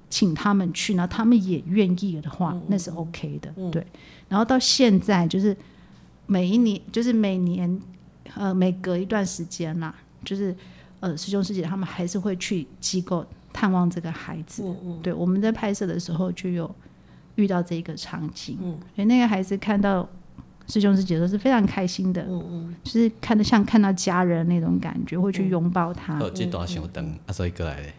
Speaker 3: 请他们去，然后他们也愿意的话，那是 OK 的。对，然后到现在就是每一年，就是每年呃每隔一段时间啦，就是呃师兄师姐他们还是会去机构探望这个孩子。
Speaker 2: 嗯
Speaker 3: 对，我们在拍摄的时候就有。遇到这一个场景，所以那个孩子看到师兄师姐都是非常开心的，就是看得像看到家人那种感觉，会去拥抱他。
Speaker 1: 哦，这段想等，啊，所以过来的，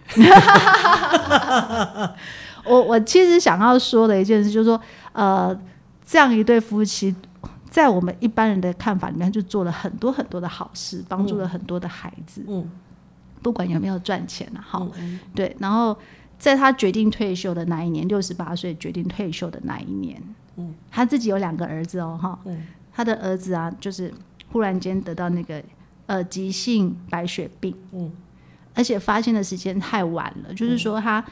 Speaker 3: 我我其实想要说的一件事就是说，呃，这样一对夫妻。在我们一般人的看法里面，他就做了很多很多的好事，帮助了很多的孩子，
Speaker 2: 嗯
Speaker 3: 不管有没有赚钱啊，哈、
Speaker 2: 嗯嗯
Speaker 3: 对。然后在他决定退休的那一年，六十八岁决定退休的那一年，
Speaker 2: 嗯
Speaker 3: 他自己有两个儿子哦，哈，
Speaker 2: 嗯
Speaker 3: 他的儿子啊，就是忽然间得到那个呃急性白血病，
Speaker 2: 嗯
Speaker 3: 而且发现的时间太晚了，就是说他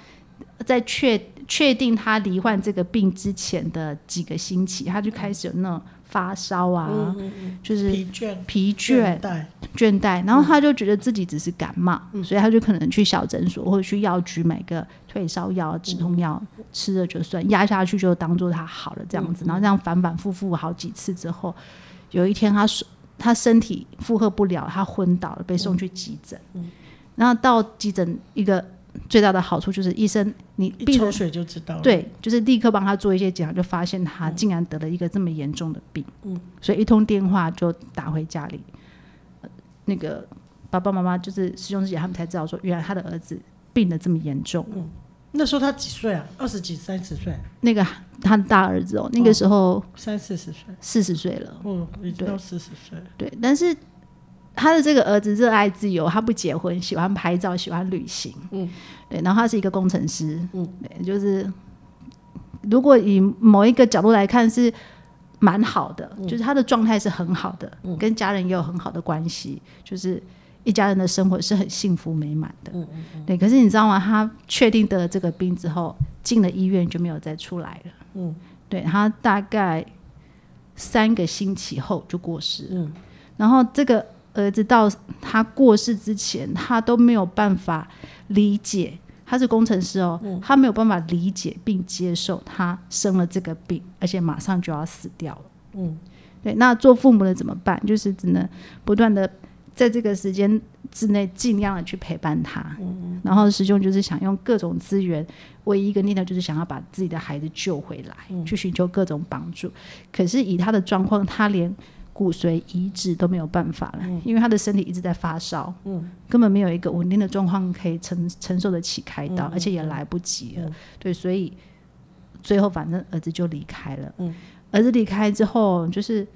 Speaker 3: 在确确定他罹患这个病之前的几个星期，他就开始有那种发烧啊，
Speaker 2: 嗯嗯嗯，
Speaker 3: 就是
Speaker 2: 疲倦、
Speaker 3: 疲倦、
Speaker 2: 怠，
Speaker 3: 倦怠，然后他就觉得自己只是感冒，所以他就可能去小诊所或者去药局买个退烧药、止痛药，吃了就算，压下去就当做他好了这样子，然后这样反反复复好几次之后，有一天他手他身体负荷不了，他昏倒了，被送去急诊。然后到急诊一个最大的好处就是医生，你
Speaker 2: 一
Speaker 3: 病
Speaker 2: 抽
Speaker 3: 人
Speaker 2: 水就知道了。，
Speaker 3: 对，就是立刻帮他做一些检查，就发现他竟然得了一个这么严重的病。
Speaker 2: 嗯，
Speaker 3: 所以一通电话就打回家里，呃那个爸爸妈妈就是师兄师姐他们才知道说，原来他的儿子病得这么严重。
Speaker 2: 那时候他几岁啊？二十几、三十岁、
Speaker 3: 那个他的大儿子哦，那个时候
Speaker 2: 三四十岁，
Speaker 3: 四十岁了，哦
Speaker 2: 嗯，已经
Speaker 3: 对
Speaker 2: 到四十岁了。
Speaker 3: 对，但是他的这个儿子热爱自由，他不结婚，喜欢拍照，喜欢旅行，
Speaker 2: 嗯，
Speaker 3: 对，然后他是一个工程师，
Speaker 2: 嗯，
Speaker 3: 对，就是如果以某一个角度来看是蛮好的，就是他的状态是很好的，跟家人也有很好的关系，就是。一家人的生活是很幸福美满的，嗯嗯对。可是你知道吗？他确定得了这个病之后，进了医院就没有再出来了。
Speaker 2: 嗯，
Speaker 3: 对他大概三个星期后就过世了。
Speaker 2: 嗯
Speaker 3: 然后这个儿子到他过世之前，他都没有办法理解，他是工程师哦，他没有办法理解并接受他生了这个病，而且马上就要死掉了。
Speaker 2: 嗯，
Speaker 3: 对，那做父母的怎么办？就是只能不断的在这个时间之内尽量的去陪伴他。然后师兄就是想用各种资源，唯一一个念头就是想要把自己的孩子救回来，去寻求各种帮助。可是以他的状况，他连骨髓移植都没有办法了，因为他的身体一直在发烧，
Speaker 2: 嗯
Speaker 3: 根本没有一个稳定的状况可以承承受得起开刀，
Speaker 2: 嗯嗯
Speaker 3: 而且也来不及了。
Speaker 2: 嗯
Speaker 3: 对，所以最后反正儿子就离开了。
Speaker 2: 嗯
Speaker 3: 儿子离开之后，就是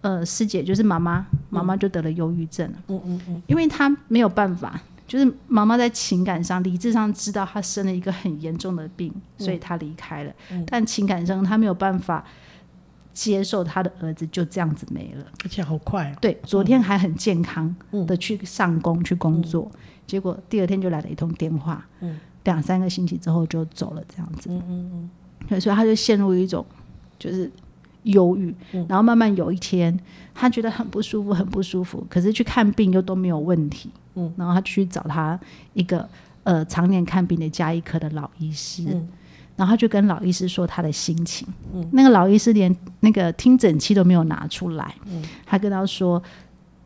Speaker 3: 呃师姐就是妈妈，妈妈就得了忧郁症了。
Speaker 2: 嗯嗯嗯，
Speaker 3: 因为他没有办法，就是妈妈在情感上、理智上知道他生了一个很严重的病，
Speaker 2: 嗯
Speaker 3: 所以他离开了。但情感上他没有办法接受他的儿子就这样子没了。
Speaker 2: 而且好快哦，
Speaker 3: 对，昨天还很健康
Speaker 2: 嗯
Speaker 3: 的去上工、去工作，结果第二天就来了一通电话，
Speaker 2: 嗯
Speaker 3: 两三个星期之后就走了，这样子。
Speaker 2: 嗯嗯
Speaker 3: 对，所以他就陷入一种就是忧郁，
Speaker 2: 嗯
Speaker 3: 然后慢慢有一天，他觉得很不舒服，很不舒服，可是去看病又都没有问题，
Speaker 2: 嗯，
Speaker 3: 然后他去找他一个呃常年看病的加医科的老医师，
Speaker 2: 嗯
Speaker 3: 然后他就跟老医师说他的心情，
Speaker 2: 嗯
Speaker 3: 那个老医师连那个听诊器都没有拿出来，
Speaker 2: 嗯
Speaker 3: 他跟他说，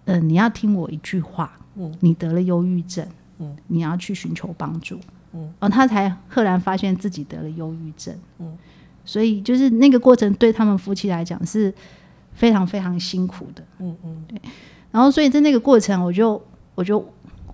Speaker 3: 嗯、你要听我一句话，
Speaker 2: 嗯
Speaker 3: 你得了忧郁症，
Speaker 2: 嗯
Speaker 3: 你要去寻求帮助，
Speaker 2: 嗯，
Speaker 3: 然后他才赫然发现自己得了忧郁症，
Speaker 2: 嗯，
Speaker 3: 所以就是那个过程对他们夫妻来讲是非常非常辛苦的，
Speaker 2: 嗯嗯
Speaker 3: 然后所以在那个过程，我就我就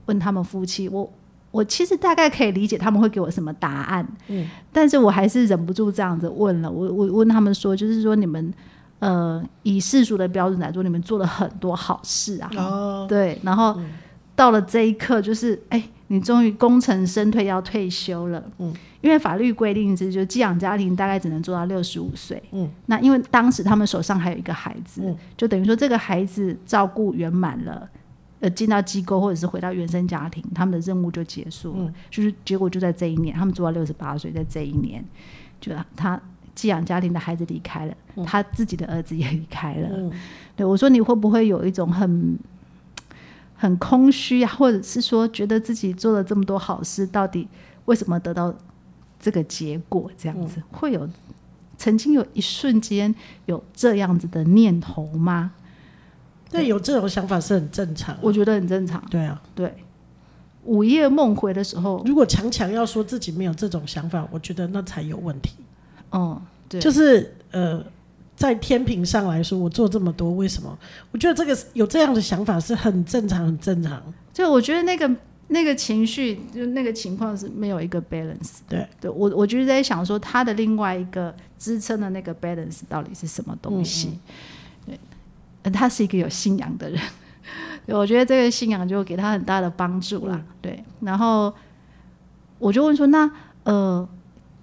Speaker 3: 问他们夫妻，我我其实大概可以理解他们会给我什么答案，
Speaker 2: 嗯，
Speaker 3: 但是我还是忍不住这样子问了，我我问他们说，就是说你们呃以世俗的标准来说，你们做了很多好事啊，
Speaker 2: 嗯，哦，
Speaker 3: 对，然后到了这一刻，就是哎、你终于功成身退，要退休了。
Speaker 2: 嗯，
Speaker 3: 因为法律规定是，就寄养家庭大概只能做到六十五岁。
Speaker 2: 嗯，
Speaker 3: 那因为当时他们手上还有一个孩子，
Speaker 2: 嗯
Speaker 3: 就等于说这个孩子照顾圆满了。呃，进到机构或者是回到原生家庭，他们的任务就结束了。
Speaker 2: 嗯
Speaker 3: 就是结果就在这一年，他们做到六十八岁，在这一年，就他寄养家庭的孩子离开了，他自己的儿子也离开了。
Speaker 2: 嗯
Speaker 3: 对我说：“你会不会有一种很很空虚啊，或者是说觉得自己做了这么多好事，到底为什么得到这个结果？这样子、会有曾经有一瞬间有这样子的念头吗？
Speaker 2: 但有这种想法是很正常的。
Speaker 3: 我觉得很正常。
Speaker 2: 对啊，
Speaker 3: 对，午夜梦回的时候，
Speaker 2: 如果强强要说自己没有这种想法，我觉得那才有问题。
Speaker 3: 嗯，对，
Speaker 2: 就是呃，在天平上来说，我做这么多，为什么？我觉得这个有这样的想法是很正常，很正常。
Speaker 3: 就我觉得那个那个情绪，就那个情况是没有一个 balance。
Speaker 2: 对，
Speaker 3: 对我我就是在想说，他的另外一个支撑的那个 balance 到底是什么东西？呃他是一个有信仰的人， (laughs) 对我觉得这个信仰就给他很大的帮助啦。对，然后我就问说，那呃，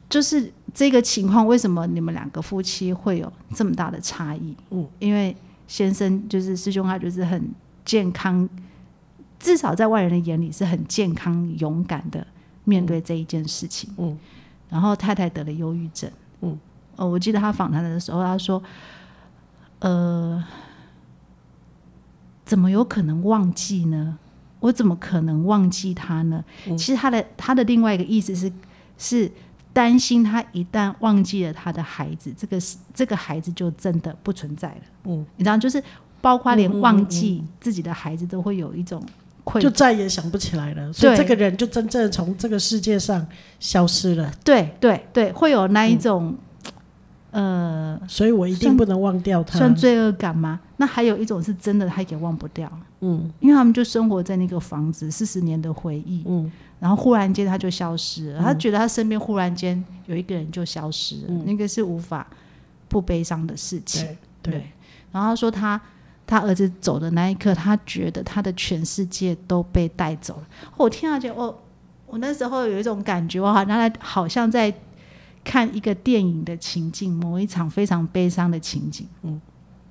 Speaker 3: 就是这个情况，为什么你们两个夫妻会有这么大的差异？嗯，因为先生就是师兄，他就是很健康，至少在外人的眼里是很健康、勇敢的面对这一件事情。
Speaker 2: 嗯
Speaker 3: 然后太太得了忧郁症。
Speaker 2: 嗯，
Speaker 3: 呃，我记得他访谈的时候，他说，呃，怎么有可能忘记呢？我怎么可能忘记他呢？
Speaker 2: 嗯
Speaker 3: 其实他的他的另外一个意思是是担心他一旦忘记了他的孩子，这个是这个孩子就真的不存在了。
Speaker 2: 嗯，
Speaker 3: 你知道，就是包括
Speaker 2: 嗯嗯
Speaker 3: 连
Speaker 2: 嗯
Speaker 3: 忘记自己的孩子都会有一种愧疚
Speaker 2: 就再也想不起来了，所以
Speaker 3: 对
Speaker 2: 这个人就真正从这个世界上消失了。
Speaker 3: 对对对，会有那一种、呃
Speaker 2: 所以我一定
Speaker 3: 算
Speaker 2: 不能忘掉他。
Speaker 3: 算罪恶感吗？那还有一种是真的，他也忘不掉。嗯，因为他们就生活在那个房子四十年的回忆，
Speaker 2: 嗯，
Speaker 3: 然后忽然间他就消失了，他觉得他身边忽然间有一个人就消失了，那个是无法不悲伤的事情。
Speaker 2: 对对，
Speaker 3: 然后他说他他儿子走的那一刻，他觉得他的全世界都被带走了。哦我听到觉得，哦，我那时候有一种感觉，我好像在好像在看一个电影的情境，某一场非常悲伤的情景。嗯，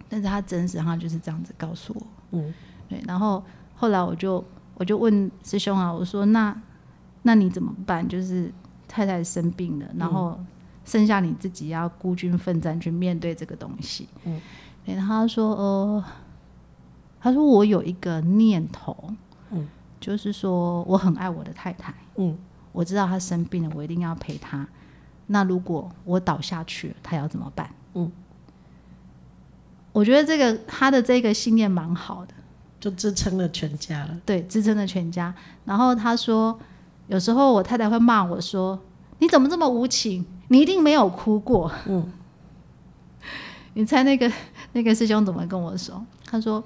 Speaker 3: 但是他真实上就是这样子告诉我。
Speaker 2: 嗯，
Speaker 3: 对。然后后来我就我就问师兄啊，我说那那你怎么办？就是太太生病了，然后
Speaker 2: 嗯
Speaker 3: 剩下你自己要孤军奋战去面对这个东西。对，然后他说，呃，他说我有一个念头，
Speaker 2: 嗯，
Speaker 3: 就是说我很爱我的太太，
Speaker 2: 嗯，
Speaker 3: 我知道她生病了，我一定要陪她。那如果我倒下去了，她要怎么办？
Speaker 2: 嗯，
Speaker 3: 我觉得这个他的这个信念蛮好的，
Speaker 2: 就支撑了全家了。
Speaker 3: 对，支撑了全家。然后他说，有时候我太太会骂我说：“你怎么这么无情？你一定没有哭过。”嗯， (laughs) 你猜那个那个师兄怎么跟我说？他说：“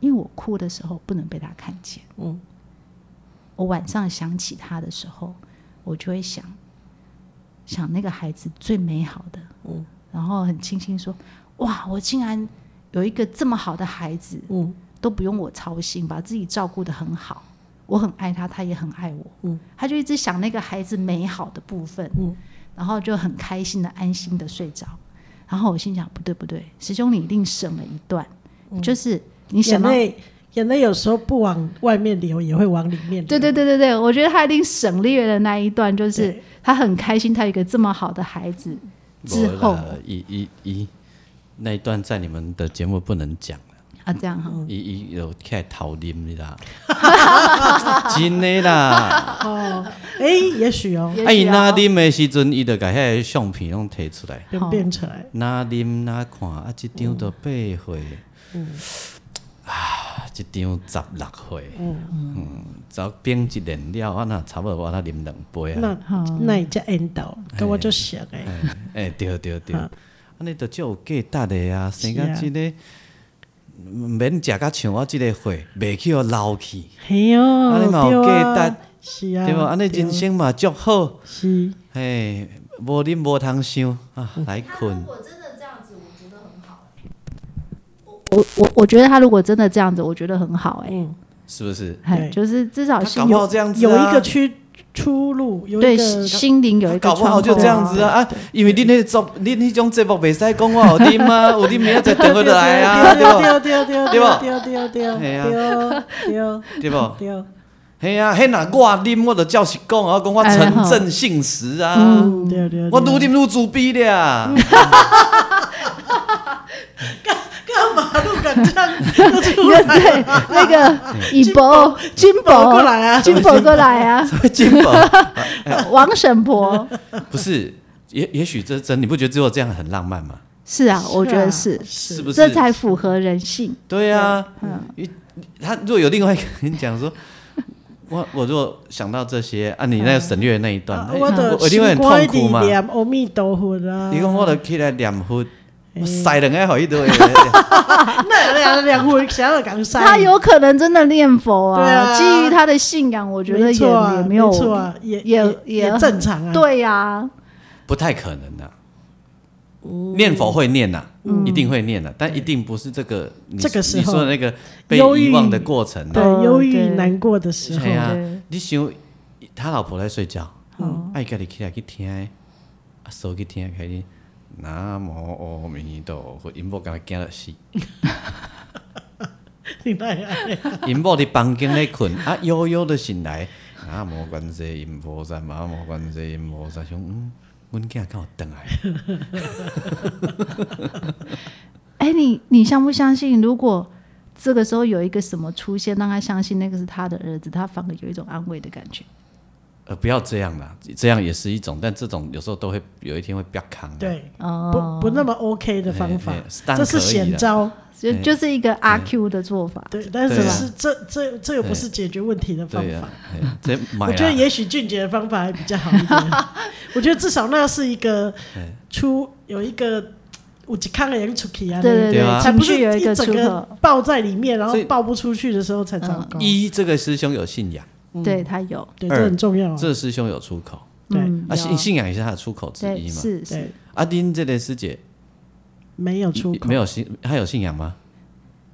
Speaker 3: 因为我哭的时候不能被他看见。嗯，我晚上想起他的时候，我就会想想那个孩子最美好的。嗯，然后很庆幸说：哇，我竟然有一个这么好的孩子。”
Speaker 2: 嗯，
Speaker 3: 都不用我操心，把自己照顾得很好。我很爱他，他也很爱我。
Speaker 2: 嗯，
Speaker 3: 他就一直想那个孩子美好的部分。
Speaker 2: 嗯，
Speaker 3: 然后就很开心的、安心的睡着。然后我心想，不对不对，师兄你一定省了一段，
Speaker 1: 嗯
Speaker 3: 就是你
Speaker 2: 眼
Speaker 3: 想到。
Speaker 2: 泪眼泪有时候不往外面流，也会往里面流。
Speaker 3: 对对对对对，我觉得他一定省略了那一段，就是
Speaker 2: 对
Speaker 3: 他很开心，他有一个这么好的孩子之
Speaker 1: 没啦
Speaker 3: 后
Speaker 1: 一一一那一段在你们的节目不能讲。
Speaker 3: 啊，这样哈，
Speaker 1: 伊伊有起来偷啉你啦，真的啦！
Speaker 2: 哦，哎、也许哦，
Speaker 3: 也
Speaker 1: 啊，伊
Speaker 3: 许
Speaker 1: 哪
Speaker 3: 哦
Speaker 1: 啉的时阵，伊就把遐个相片拢摕出来，
Speaker 2: 变变起来，
Speaker 1: 哪啉哪看，啊，一张都八岁，啊，一张十六岁，嗯，早冰一年了，我那差不多我那啉两杯啊，
Speaker 2: 那那也叫 end 到，跟我就想哎、
Speaker 1: 哎，对对对，安尼就足有价值的啊，生到
Speaker 2: 是啊
Speaker 1: 即个，免食到像我即个岁，袂去互老去，
Speaker 2: 嘿哟、
Speaker 1: 啊你嘛有
Speaker 2: 对
Speaker 1: 价
Speaker 2: 啊，
Speaker 1: 值
Speaker 2: 是啊，
Speaker 1: 对无？安尼
Speaker 2: 对
Speaker 1: 人生嘛足好。
Speaker 2: 是，
Speaker 1: 嘿，无啉无通想啊，来困。
Speaker 3: 我我我觉得他如果真的这样子，我觉得很好哎、
Speaker 2: 嗯，
Speaker 1: 是不是？
Speaker 3: 哎
Speaker 2: 对
Speaker 3: 就是至少
Speaker 1: 他
Speaker 3: 心
Speaker 1: 搞不好这样子、啊、
Speaker 2: 有一个出出路，有
Speaker 3: 对
Speaker 2: 一
Speaker 3: 心
Speaker 2: 个
Speaker 3: 心灵有一个
Speaker 1: 搞不好
Speaker 3: 窗
Speaker 1: 就
Speaker 3: 口
Speaker 1: 这样子啊啊！因为恁那种恁那种节目袂使讲我有啉啊，有啉明仔载等我来啊，对不？
Speaker 2: 对对对
Speaker 1: 对吧
Speaker 2: 对对对对
Speaker 1: 嘿啊
Speaker 2: 对
Speaker 1: 对不？
Speaker 2: 对对，
Speaker 1: 嘿啊，迄若我啉，我就照实讲，我讲我
Speaker 3: 哎
Speaker 1: 纯
Speaker 3: 好
Speaker 1: 正性实啊，
Speaker 2: 嗯对 (laughs) 对，
Speaker 1: 我愈啉愈自卑
Speaker 2: (laughs)
Speaker 1: 俩。
Speaker 2: 干嘛路敢这样就出来
Speaker 3: 对，那
Speaker 1: 嗯
Speaker 3: 个以博金
Speaker 2: 宝过来
Speaker 3: (laughs)
Speaker 2: 啊
Speaker 3: 金箔过来
Speaker 2: (laughs)
Speaker 3: 啊，
Speaker 1: 金宝
Speaker 3: 王婶婆
Speaker 1: (laughs) 不是，也也许这是真，你不觉得只有这样很浪漫吗？
Speaker 3: 是啊，我觉得是，
Speaker 2: 啊
Speaker 1: 是不是？
Speaker 3: 这才符合人性。
Speaker 1: 对啊，
Speaker 2: 嗯
Speaker 1: 你他如果有另外一个人讲说，我我如果想到这些啊，你那个省略的那一段，
Speaker 2: 啊
Speaker 1: 那
Speaker 2: 我的
Speaker 1: 哎我一定会很痛苦嘛。
Speaker 2: 念阿弥陀佛啊，
Speaker 1: 你讲我就起来念佛，
Speaker 2: 哎
Speaker 1: 我塞两个好一堆，
Speaker 2: 那两两回想要讲啥？
Speaker 3: 他有可能真的念佛
Speaker 2: 对啊
Speaker 3: 基于他的信仰，我觉得
Speaker 2: 没
Speaker 3: 也
Speaker 2: 错啊
Speaker 3: 也没有
Speaker 2: 错啊，也
Speaker 3: 也
Speaker 2: 也
Speaker 3: 也
Speaker 2: 正常啊，
Speaker 3: 对呀，
Speaker 1: 不太可能的。啊
Speaker 2: 哦
Speaker 1: 念佛会念呐、一定会念呐、啊但一定不是这个你
Speaker 2: 嗯这个时候
Speaker 1: 你说的那个被
Speaker 2: 忧郁
Speaker 1: 遗忘的过程、啊。
Speaker 2: 对
Speaker 3: 哦，
Speaker 2: 忧郁
Speaker 3: 对
Speaker 2: 难过的
Speaker 1: (laughs)
Speaker 2: 时候
Speaker 1: 哎，呀
Speaker 3: 对，
Speaker 1: 你想他老婆在睡觉，
Speaker 3: 哦
Speaker 1: 爱家己起来去听的，啊，手去听开始。南无阿弥陀佛，因某甲惊到死， (laughs)
Speaker 2: 你那样， (laughs)
Speaker 1: 因某伫房间咧困， (laughs) 啊悠悠的醒来，南无观世音菩萨，南无观世音菩萨，想嗯，阮囝敢有倒来， (laughs)
Speaker 3: 哎，你你相不相信？如果这个时候有一个什么出现，让他相信那个是他的儿子，他反而有一种安慰的感觉。
Speaker 1: 呃，不要这样啦，这样也是一种，但这种有时候都会有一天会比较扛、啊。
Speaker 2: 对，
Speaker 3: 哦
Speaker 2: 不，不那么 OK 的方法
Speaker 1: 哎哎是但，
Speaker 2: 这是
Speaker 1: 可以
Speaker 2: 险
Speaker 1: 啦
Speaker 2: 招。
Speaker 3: 就
Speaker 1: 哎
Speaker 3: 就是一个阿 Q 的做法。
Speaker 2: 对，但是
Speaker 1: 对啊
Speaker 2: 是这这这又不是解决问题的方
Speaker 1: 对呀、
Speaker 2: 法。
Speaker 1: 啊，这
Speaker 2: 我
Speaker 1: 买啦
Speaker 2: 觉得也许俊杰的方法还比较好一
Speaker 1: (laughs)
Speaker 2: 点。我觉得至少那是一个出有一个有一康人出去啊，
Speaker 3: 对对
Speaker 1: 对啊
Speaker 3: 对，
Speaker 2: 才
Speaker 3: 情
Speaker 2: 不是
Speaker 3: 绪有一
Speaker 2: 一
Speaker 3: 个
Speaker 2: 整
Speaker 3: 出
Speaker 2: 个
Speaker 3: 口，嗯
Speaker 2: 爆在里面，然后
Speaker 1: 所以
Speaker 2: 爆不出去的时候才糟糕。
Speaker 1: 一这个师兄有信仰，
Speaker 2: 嗯
Speaker 3: 对他有，
Speaker 2: 对，这很重要啊。
Speaker 1: 这个师兄有出口，
Speaker 2: 对
Speaker 3: 嗯，有
Speaker 1: 啊，信信仰也是他的出口之
Speaker 3: 对
Speaker 1: 一嘛。
Speaker 3: 是
Speaker 2: 对
Speaker 3: 是，，
Speaker 1: 啊，丁这类师姐
Speaker 2: 没有出口，
Speaker 1: 没有信，他有信仰吗？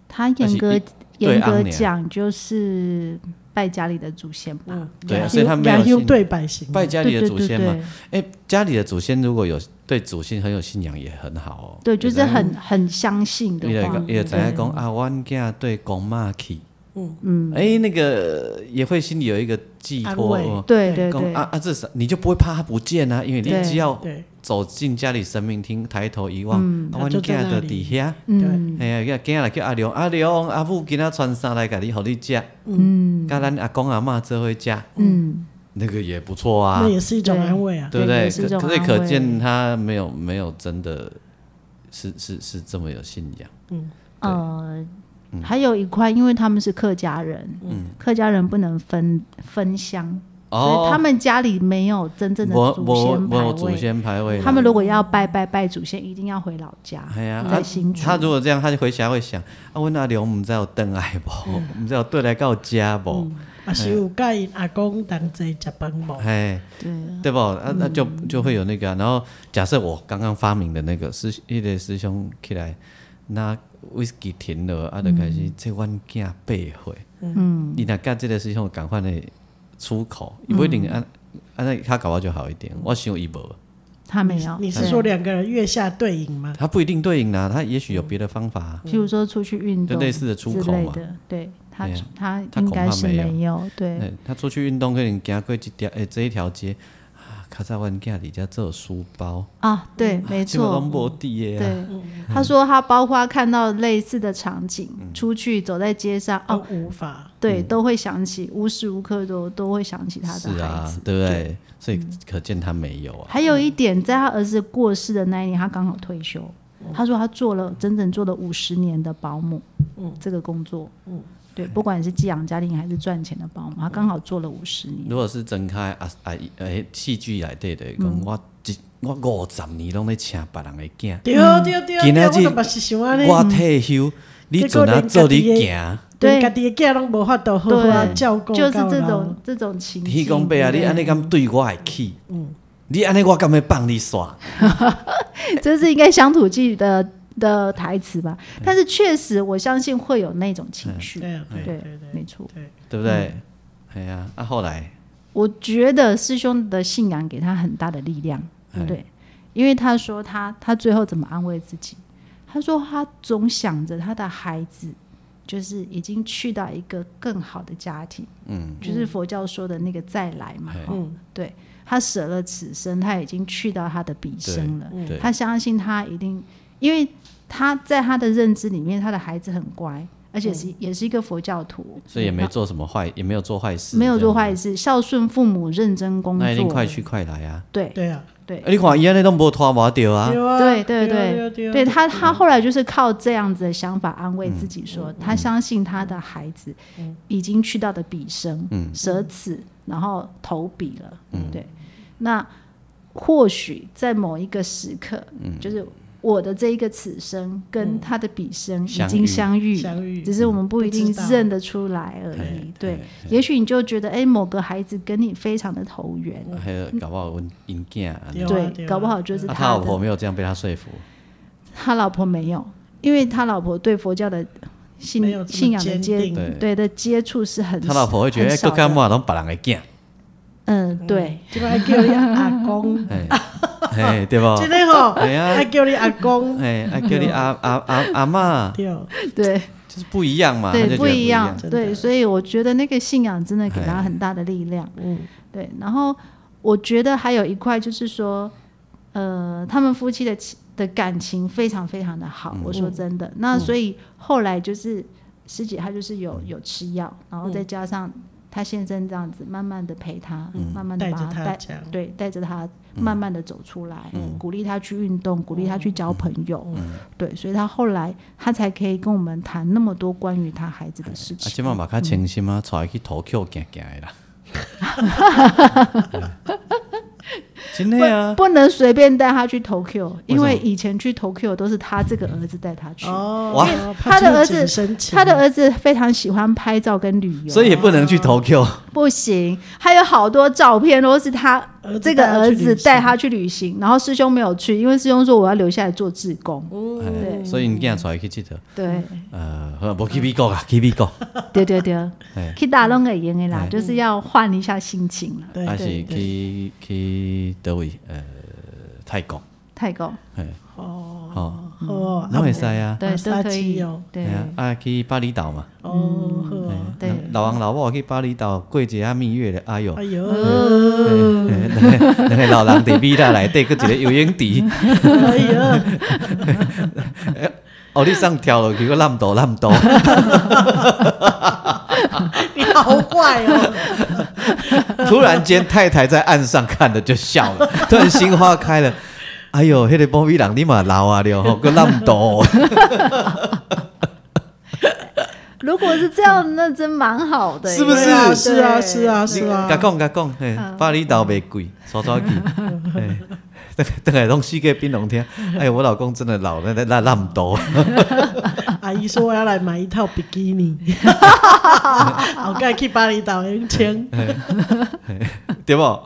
Speaker 3: 他
Speaker 1: 而且
Speaker 3: 严格
Speaker 1: 一对
Speaker 3: 严
Speaker 1: 昂
Speaker 3: 格
Speaker 1: 呢
Speaker 3: 讲就是拜家里的祖先吧。
Speaker 2: 嗯，
Speaker 1: 对啊
Speaker 2: 两
Speaker 1: 所以他没有
Speaker 2: 两
Speaker 1: 信
Speaker 2: 优对百姓，
Speaker 1: 拜家里的祖先嘛
Speaker 3: 对。对对对
Speaker 1: 哎、家里的祖先如果有对祖先很有信仰，也很好哦。
Speaker 3: 对，就是很很相信
Speaker 1: 你
Speaker 3: 的
Speaker 1: 来
Speaker 3: 话，
Speaker 1: 也知影讲
Speaker 3: 对
Speaker 1: 啊，阮囝对公妈去，嗯嗯，哎，那个也会心里有一个寄托
Speaker 2: 安慰
Speaker 1: 哦。
Speaker 3: 对
Speaker 2: 对
Speaker 3: 对
Speaker 1: 讲
Speaker 3: 对，
Speaker 1: 啊啊，至少你就不会怕他不见啊，因为你
Speaker 3: 对
Speaker 1: 只要
Speaker 2: 对
Speaker 1: 走进家里神明厅，抬头一望，啊，
Speaker 2: 他
Speaker 1: 阮
Speaker 2: 就
Speaker 1: 囝
Speaker 2: 在那
Speaker 1: 的
Speaker 2: 里
Speaker 1: 底下。
Speaker 3: 嗯
Speaker 2: 对，
Speaker 1: 哎呀，今仔来叫阿良，阿良阿母今仔穿衫来给你，互你食，
Speaker 3: 嗯
Speaker 1: 甲咱阿公阿嬷做伙食，
Speaker 3: 嗯，
Speaker 1: 那个也不错啊
Speaker 2: 那，也是一种
Speaker 3: 对
Speaker 2: 安慰啊。
Speaker 1: 对不
Speaker 3: 对
Speaker 1: 对？
Speaker 3: 也是一
Speaker 1: 可
Speaker 3: 种
Speaker 1: 可是
Speaker 3: 安
Speaker 1: 可
Speaker 3: 慰
Speaker 1: 见他没有没有真的是是是这么有信仰，对
Speaker 3: 呃，还有一块，因为他们是客家人，
Speaker 1: 嗯
Speaker 3: 客家人不能分分乡，所以他们家里没有真正的
Speaker 1: 哦我
Speaker 3: 祖
Speaker 1: 我
Speaker 3: 先
Speaker 1: 我
Speaker 3: 牌
Speaker 1: 有祖
Speaker 3: 位。
Speaker 1: 先牌位啦，
Speaker 3: 他们如果
Speaker 2: 嗯
Speaker 3: 要拜拜拜祖先，一定要回老家，
Speaker 1: 哎呀啊
Speaker 3: 在新竹。
Speaker 1: 他如果这样，他就回家会想，啊，阮阿良毋知有邓来无，
Speaker 3: 嗯
Speaker 1: 毋知有对来到家无，
Speaker 2: 啊，是有甲因阿公同齐食饭无？
Speaker 1: 嘿。
Speaker 3: 对啊，嗯
Speaker 1: 对吧？那、那就就会有那个啊、然后假设我刚刚发明的那个师一个师兄起来，那 whisky 停了，啊，就开
Speaker 3: 嗯
Speaker 1: 始这阮囝八岁，嗯，你若甲这个师兄赶快的出口，伊不一
Speaker 3: 嗯
Speaker 1: 定按按那他搞我就好一点。我想伊无，
Speaker 3: 他没有。
Speaker 2: 你是
Speaker 3: 对
Speaker 2: 说，两个人月下对饮吗？
Speaker 1: 他不一定对应啦，他也许有别的方法、啊
Speaker 3: 譬如说出去运
Speaker 1: 就
Speaker 3: 动
Speaker 1: 类似的出
Speaker 3: 之
Speaker 1: 口
Speaker 3: 类
Speaker 1: 嘛
Speaker 3: 的，对他
Speaker 1: 哎呀
Speaker 3: 他
Speaker 1: 他
Speaker 3: 应
Speaker 1: 恐
Speaker 3: 该
Speaker 1: 怕
Speaker 3: 是
Speaker 1: 没有
Speaker 3: 没有，对
Speaker 1: 哎他出去运动可能行过一条诶、这一条街啊，较早阮囝伫遮做书包，
Speaker 3: 啊，
Speaker 1: 哎
Speaker 3: 对，没
Speaker 1: 基本
Speaker 3: 错
Speaker 1: 拢，无伫的啊。
Speaker 3: 对，他说他包括看到类似的场景，
Speaker 1: 嗯
Speaker 3: 出去走在街上，
Speaker 2: 哦
Speaker 3: 哦，，
Speaker 2: 无法。
Speaker 3: 对，都会想起，无时无刻都都会想起他的
Speaker 1: 是
Speaker 3: 孩
Speaker 1: 啊
Speaker 3: 子。，嗯
Speaker 1: 对不对？所以可见他没有啊。
Speaker 3: 还有一点，在他儿子过世的那一年，他刚好退休。他说他做了整整做了五十年的保姆，这个工作，对，不管是寄养家庭还是赚钱的保姆，他刚好做了五十年。
Speaker 1: 如果是睁开啊啊诶，戏剧内底的
Speaker 3: 嗯
Speaker 1: 讲，我一我五十年拢咧请别人的囝，
Speaker 2: 对对对，
Speaker 1: 今仔
Speaker 2: 对
Speaker 1: 日
Speaker 2: 我都嘛是想安尼，
Speaker 1: 我退休，你
Speaker 2: 结果
Speaker 1: 准啊
Speaker 2: 连
Speaker 1: 做
Speaker 2: 自己的
Speaker 1: 你行。
Speaker 2: 连
Speaker 3: 对
Speaker 2: 家己的囝拢无法度好好啊
Speaker 3: 对
Speaker 2: 照顾
Speaker 3: 就是
Speaker 2: 到
Speaker 3: 这
Speaker 2: 老
Speaker 3: 种这种情境。
Speaker 1: 天公伯啊，
Speaker 3: 对
Speaker 1: 你
Speaker 3: 不
Speaker 1: 安尼
Speaker 3: 对
Speaker 1: 敢对我会气？
Speaker 3: 嗯
Speaker 1: 你安尼我敢会放你耍？
Speaker 3: 这是应该乡土剧的的台词吧？但是确实，我相信会有那种情
Speaker 1: 嗯
Speaker 3: 绪。
Speaker 2: 对啊对
Speaker 3: 对
Speaker 2: 对对，
Speaker 3: 没错。
Speaker 1: 对不
Speaker 3: 嗯
Speaker 1: 对？哎呀，啊后来
Speaker 3: 我觉得师兄的信仰给他很大的力量，
Speaker 1: 哎
Speaker 3: 对，因为他说他他最后怎么安慰自己？他说他总想着他的孩子就是已经去到一个更好的家庭，嗯，就是佛教说的那个再来嘛，
Speaker 1: 哎
Speaker 3: 哦对他舍了此生，他已经去到他的彼生了，
Speaker 1: 对
Speaker 3: 他相信他一定，因为他在他的认知里面，他的孩子很乖，而且是、也是一个佛教徒，
Speaker 1: 嗯所以也没做什么坏，也没有做坏事，
Speaker 3: 没有做
Speaker 1: 这
Speaker 3: 坏
Speaker 1: 样子，
Speaker 3: 事，孝顺父母，认真工作，
Speaker 1: 那一定快去快来啊！
Speaker 3: 对
Speaker 2: 对啊，
Speaker 3: 对
Speaker 1: 啊你看伊安尼拢无拖磨掉啊，
Speaker 2: 对啊
Speaker 3: 对对
Speaker 2: 对啊
Speaker 3: 对
Speaker 2: 对啊
Speaker 3: 对，他他后来就是靠这样子的想法安慰自己说，他相信他的孩子已经去到的彼生，舍此然后投笔了，对，那或许在某一个时刻，就是我的这一个此生跟他的彼生已经
Speaker 1: 相
Speaker 3: 相遇，
Speaker 2: 相遇
Speaker 3: 只是我们不一定
Speaker 2: 不知道
Speaker 3: 认得出来而已。对，也许你就觉得，哎、某个孩子跟你非常的投缘，
Speaker 1: 还有哎搞不好阮因囝啊，
Speaker 2: 对啊
Speaker 3: 对，搞不好就是他
Speaker 1: 啊
Speaker 3: 的。
Speaker 1: 他老婆没有这样被他说服，
Speaker 3: 他老婆没有，因为他老婆对佛教的
Speaker 2: 没有
Speaker 3: 信
Speaker 2: 这么
Speaker 3: 信仰的
Speaker 2: 坚
Speaker 3: 接
Speaker 2: 定
Speaker 1: 对
Speaker 3: 对的接触是很
Speaker 1: 他老婆会觉得哎
Speaker 3: 很
Speaker 1: 各
Speaker 3: 少
Speaker 1: 干
Speaker 3: 的。
Speaker 1: 嘛拢别人的囝，
Speaker 3: 嗯，对，
Speaker 2: 这边还叫你阿公，
Speaker 3: (laughs)
Speaker 1: 哎哎对不？
Speaker 2: 真的吼，
Speaker 1: 哎呀
Speaker 2: 还叫你阿公，
Speaker 1: 哎，啊叫你阿阿阿阿嬷，
Speaker 2: 对，
Speaker 3: 对
Speaker 1: 就是不一样嘛，他
Speaker 3: 对，
Speaker 1: 就觉得
Speaker 3: 不
Speaker 1: 不一
Speaker 3: 一样，
Speaker 2: 真的
Speaker 3: 对，所以我觉得那个信仰真的给他
Speaker 1: 哎
Speaker 3: 很大的力量。
Speaker 2: 嗯，
Speaker 3: 对，然后我觉得还有一块就是说，呃，他们夫妻的情的感情非常非常的好。
Speaker 1: 嗯
Speaker 3: 我说
Speaker 2: 嗯
Speaker 3: 真的，那所以后来就是师姐她就是有有吃药，然后再
Speaker 2: 嗯
Speaker 3: 加上她先生这样子，慢慢的陪她，
Speaker 1: 嗯
Speaker 3: 慢慢的
Speaker 2: 带
Speaker 3: 把
Speaker 2: 着
Speaker 3: 她
Speaker 2: 他
Speaker 3: 带。
Speaker 2: 讲，
Speaker 3: 对，带着她慢慢的走出来，
Speaker 1: 嗯
Speaker 3: 鼓励她去运动，鼓励她去交朋友，对，所以她后来她才可以跟我们谈那么多关于她孩子的事
Speaker 1: 啊，
Speaker 3: 情。
Speaker 1: 即满嘛较清心
Speaker 3: 嗯
Speaker 1: 啊，带伊去土丘行行
Speaker 3: (laughs)
Speaker 1: 的啦。真的啊，
Speaker 3: 不能随便带他去 Tokyo，因为
Speaker 1: 为什么
Speaker 3: 以前去 Tokyo 都是他这个儿子带他去。
Speaker 2: 哦
Speaker 1: 哇，
Speaker 2: 怕
Speaker 3: 他的儿
Speaker 2: 自己
Speaker 3: 子
Speaker 2: 生气，
Speaker 3: 他的儿子非常喜欢拍照跟旅游，
Speaker 1: 所以也不能去投 Q。
Speaker 3: 不行。还有好多照片都是他
Speaker 2: 儿子
Speaker 3: 这个
Speaker 2: 带他去
Speaker 3: 儿
Speaker 2: 旅
Speaker 3: 子
Speaker 2: 行
Speaker 3: 带他去旅
Speaker 1: 嗯
Speaker 3: 行，然后师兄没有去，因为师兄说我要留下来做志工。
Speaker 1: 哎所以你囝带伊去佚佗，
Speaker 3: 对，
Speaker 1: 呃，好无去美国啊，去美国，
Speaker 3: 对对对
Speaker 1: 哎，
Speaker 3: 去打拢个赢的啦，就是要换一下心情啦。
Speaker 2: 对
Speaker 1: 还
Speaker 2: 对
Speaker 1: 是
Speaker 2: 对，
Speaker 1: 去去倒位？呃，泰国。
Speaker 3: 太够，
Speaker 1: 哎，
Speaker 2: 哦
Speaker 1: 哦，
Speaker 2: 哦，
Speaker 1: 那会使啊，
Speaker 3: 对，
Speaker 2: 撒
Speaker 3: 都可
Speaker 2: 气
Speaker 3: 以
Speaker 2: 哦，
Speaker 3: 对
Speaker 1: 哎呀啊，去巴厘岛嘛，
Speaker 2: 哦，
Speaker 3: 嗯
Speaker 2: 好
Speaker 1: 哎
Speaker 2: 哦，
Speaker 3: 对。
Speaker 1: 老王老婆去巴厘岛过一下蜜月咧，哎哟
Speaker 2: 哎，呦，
Speaker 3: 嗯
Speaker 1: 两个老人伫米拉内底，搁一个游
Speaker 2: (laughs)
Speaker 1: 泳池。
Speaker 2: 哎呦，
Speaker 1: 哦，你上跳落去个烂倒烂
Speaker 2: (laughs)
Speaker 1: 倒，
Speaker 2: 你好坏哦。
Speaker 1: 突然间太太在岸上看了就笑了，突然心花开了。哎呦，迄、个波比人你嘛老啊了吼，个烂
Speaker 2: (laughs)
Speaker 1: 倒。
Speaker 3: 如果是这样，那真蛮好
Speaker 1: (laughs)
Speaker 3: 的耶，
Speaker 1: 是不是
Speaker 2: 对啊是啊，是啊，
Speaker 3: 对
Speaker 2: 是啊嗯
Speaker 1: 甲。讲甲讲，嘿，巴厘岛袂贵，所
Speaker 2: (laughs)
Speaker 1: 早去。嘿，等等下拢四界槟榔听。哎，我老公真的老，那那那烂倒。
Speaker 2: 阿姨说我要来买一套比基尼，我该去巴厘岛用钱。
Speaker 1: 对不？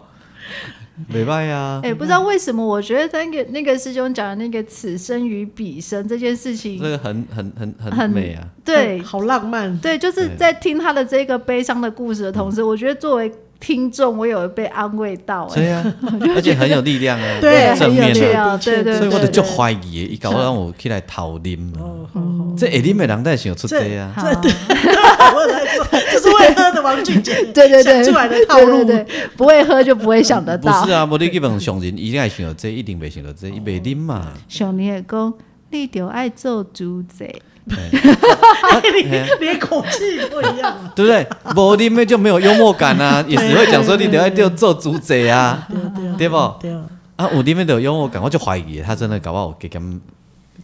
Speaker 1: 袂歹啊
Speaker 3: 哎、，不知道为什么，我觉得那个那个师兄讲的那个“此生与彼生”这件事
Speaker 1: 这
Speaker 3: 情，
Speaker 1: 个很很很很
Speaker 3: 很
Speaker 1: 美啊。 (laughs)
Speaker 3: 对
Speaker 2: 好浪漫。
Speaker 3: 对，就是在听他的这个悲伤的故事的同时，我觉得作为听众，我有被安慰到、
Speaker 1: 所以
Speaker 3: 哎， (laughs)
Speaker 1: 啊，而且很有力量啊，
Speaker 2: 对
Speaker 1: 很正面
Speaker 3: 很有力
Speaker 1: 啊。
Speaker 3: 量
Speaker 2: 的确
Speaker 3: 对对
Speaker 1: 所以
Speaker 3: 对
Speaker 1: 我就
Speaker 3: 对啊
Speaker 1: 足怀疑的，伊搞我让我起来偷啉啊。
Speaker 2: 哦，好好
Speaker 1: 这会啉的人在想出这啊，
Speaker 3: 好，
Speaker 2: 我来说，这是为喝的王俊杰
Speaker 3: 对对对，
Speaker 2: 想出来的套路。
Speaker 3: 对对对，不会喝就不会想得
Speaker 1: (laughs) 不
Speaker 3: 到
Speaker 1: 是。啊，无你基本上人伊爱想到这，一定袂想到这，伊袂啉嘛。
Speaker 3: 小尼也讲，你就爱做主宰，
Speaker 2: 你连口气不一样啊。
Speaker 1: 对不对？
Speaker 3: (laughs)
Speaker 1: 无啉的就没有幽默感啊，也只会讲说你得要就做主者啊，对不？
Speaker 2: 对啊，
Speaker 1: 啊，有啉的就有幽默感，我就怀疑他真的搞不好有给甘，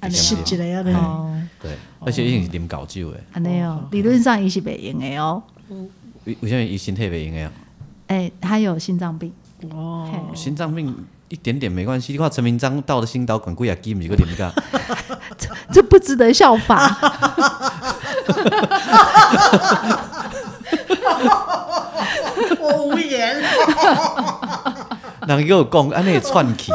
Speaker 3: 安尼
Speaker 2: 是一个样的。
Speaker 3: 哦，
Speaker 1: 对，而且一定是啉搞酒的，
Speaker 3: 安尼哦，理论上伊是袂用的哦。
Speaker 1: 为为什么伊身体袂用的啊？
Speaker 3: 哎、他有心脏病， (laughs)
Speaker 2: 哦，
Speaker 3: 嘿
Speaker 1: 心脏病一点点没关系，你看陈明章到了心导管几啊斤，毋是个 (laughs) 啉噶？
Speaker 3: 这不值得效法。
Speaker 1: (laughs)
Speaker 2: 我无言。
Speaker 1: 人伊有讲，安尼会喘
Speaker 2: (laughs)
Speaker 1: 气，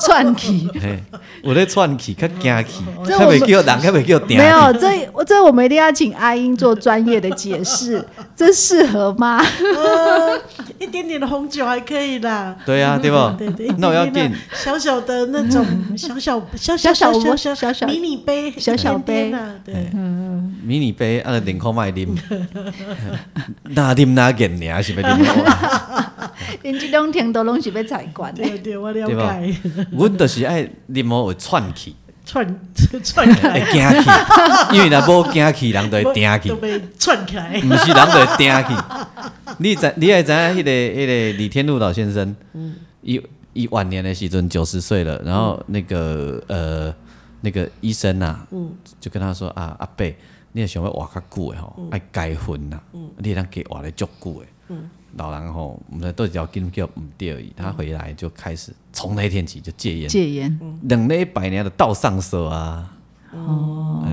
Speaker 3: 串题。
Speaker 1: 嘿，有咧喘气，较惊
Speaker 2: (laughs)
Speaker 1: 气，
Speaker 3: 这
Speaker 1: 较
Speaker 3: 我们
Speaker 1: 袂叫人，较袂叫 (laughs) 定。
Speaker 3: 没有，这我这我们一定要请阿英做专业的解
Speaker 1: (laughs)
Speaker 3: 释，这适合吗？ (laughs)
Speaker 2: 呃，一点点的红酒还可以啦。(laughs)
Speaker 1: 对啊，对不？
Speaker 2: 对对，一
Speaker 1: 那我要
Speaker 2: 点点
Speaker 1: 点
Speaker 2: 的小小的那
Speaker 1: (laughs)
Speaker 2: 种小小小
Speaker 3: 小
Speaker 2: 小
Speaker 3: 小
Speaker 2: 小
Speaker 3: 小小小
Speaker 2: 迷你杯，
Speaker 3: 小小杯
Speaker 2: 一点点啊对。
Speaker 1: 嗯迷你杯，啊，零块
Speaker 2: (laughs)
Speaker 1: 卖啉，哪啉哪见尔，是要啉。啊
Speaker 3: 因这种听都拢是被采管的，
Speaker 2: 对对，我了
Speaker 1: 对吧
Speaker 2: 解。
Speaker 1: 阮就是爱啉哦，会喘气，
Speaker 2: 串 (laughs) 串起
Speaker 1: 会
Speaker 2: 来，
Speaker 1: 惊气，因为若无惊气，人就会定气
Speaker 2: 都，被串起来。
Speaker 1: 毋是人就会定气。你知你也知影迄个迄个李天禄老先生，伊伊晚年的时阵九十岁了，然后那个呃那个医生呐，就跟他说啊阿伯，你若想要活较久的吼，爱该分啦，你通加活咧足久的。老人吼，我们都条筋叫唔对而已，他回来就开始，从那一天起就戒烟，
Speaker 3: 戒烟
Speaker 1: 两那一百年的道上手啊。哎
Speaker 3: 哦，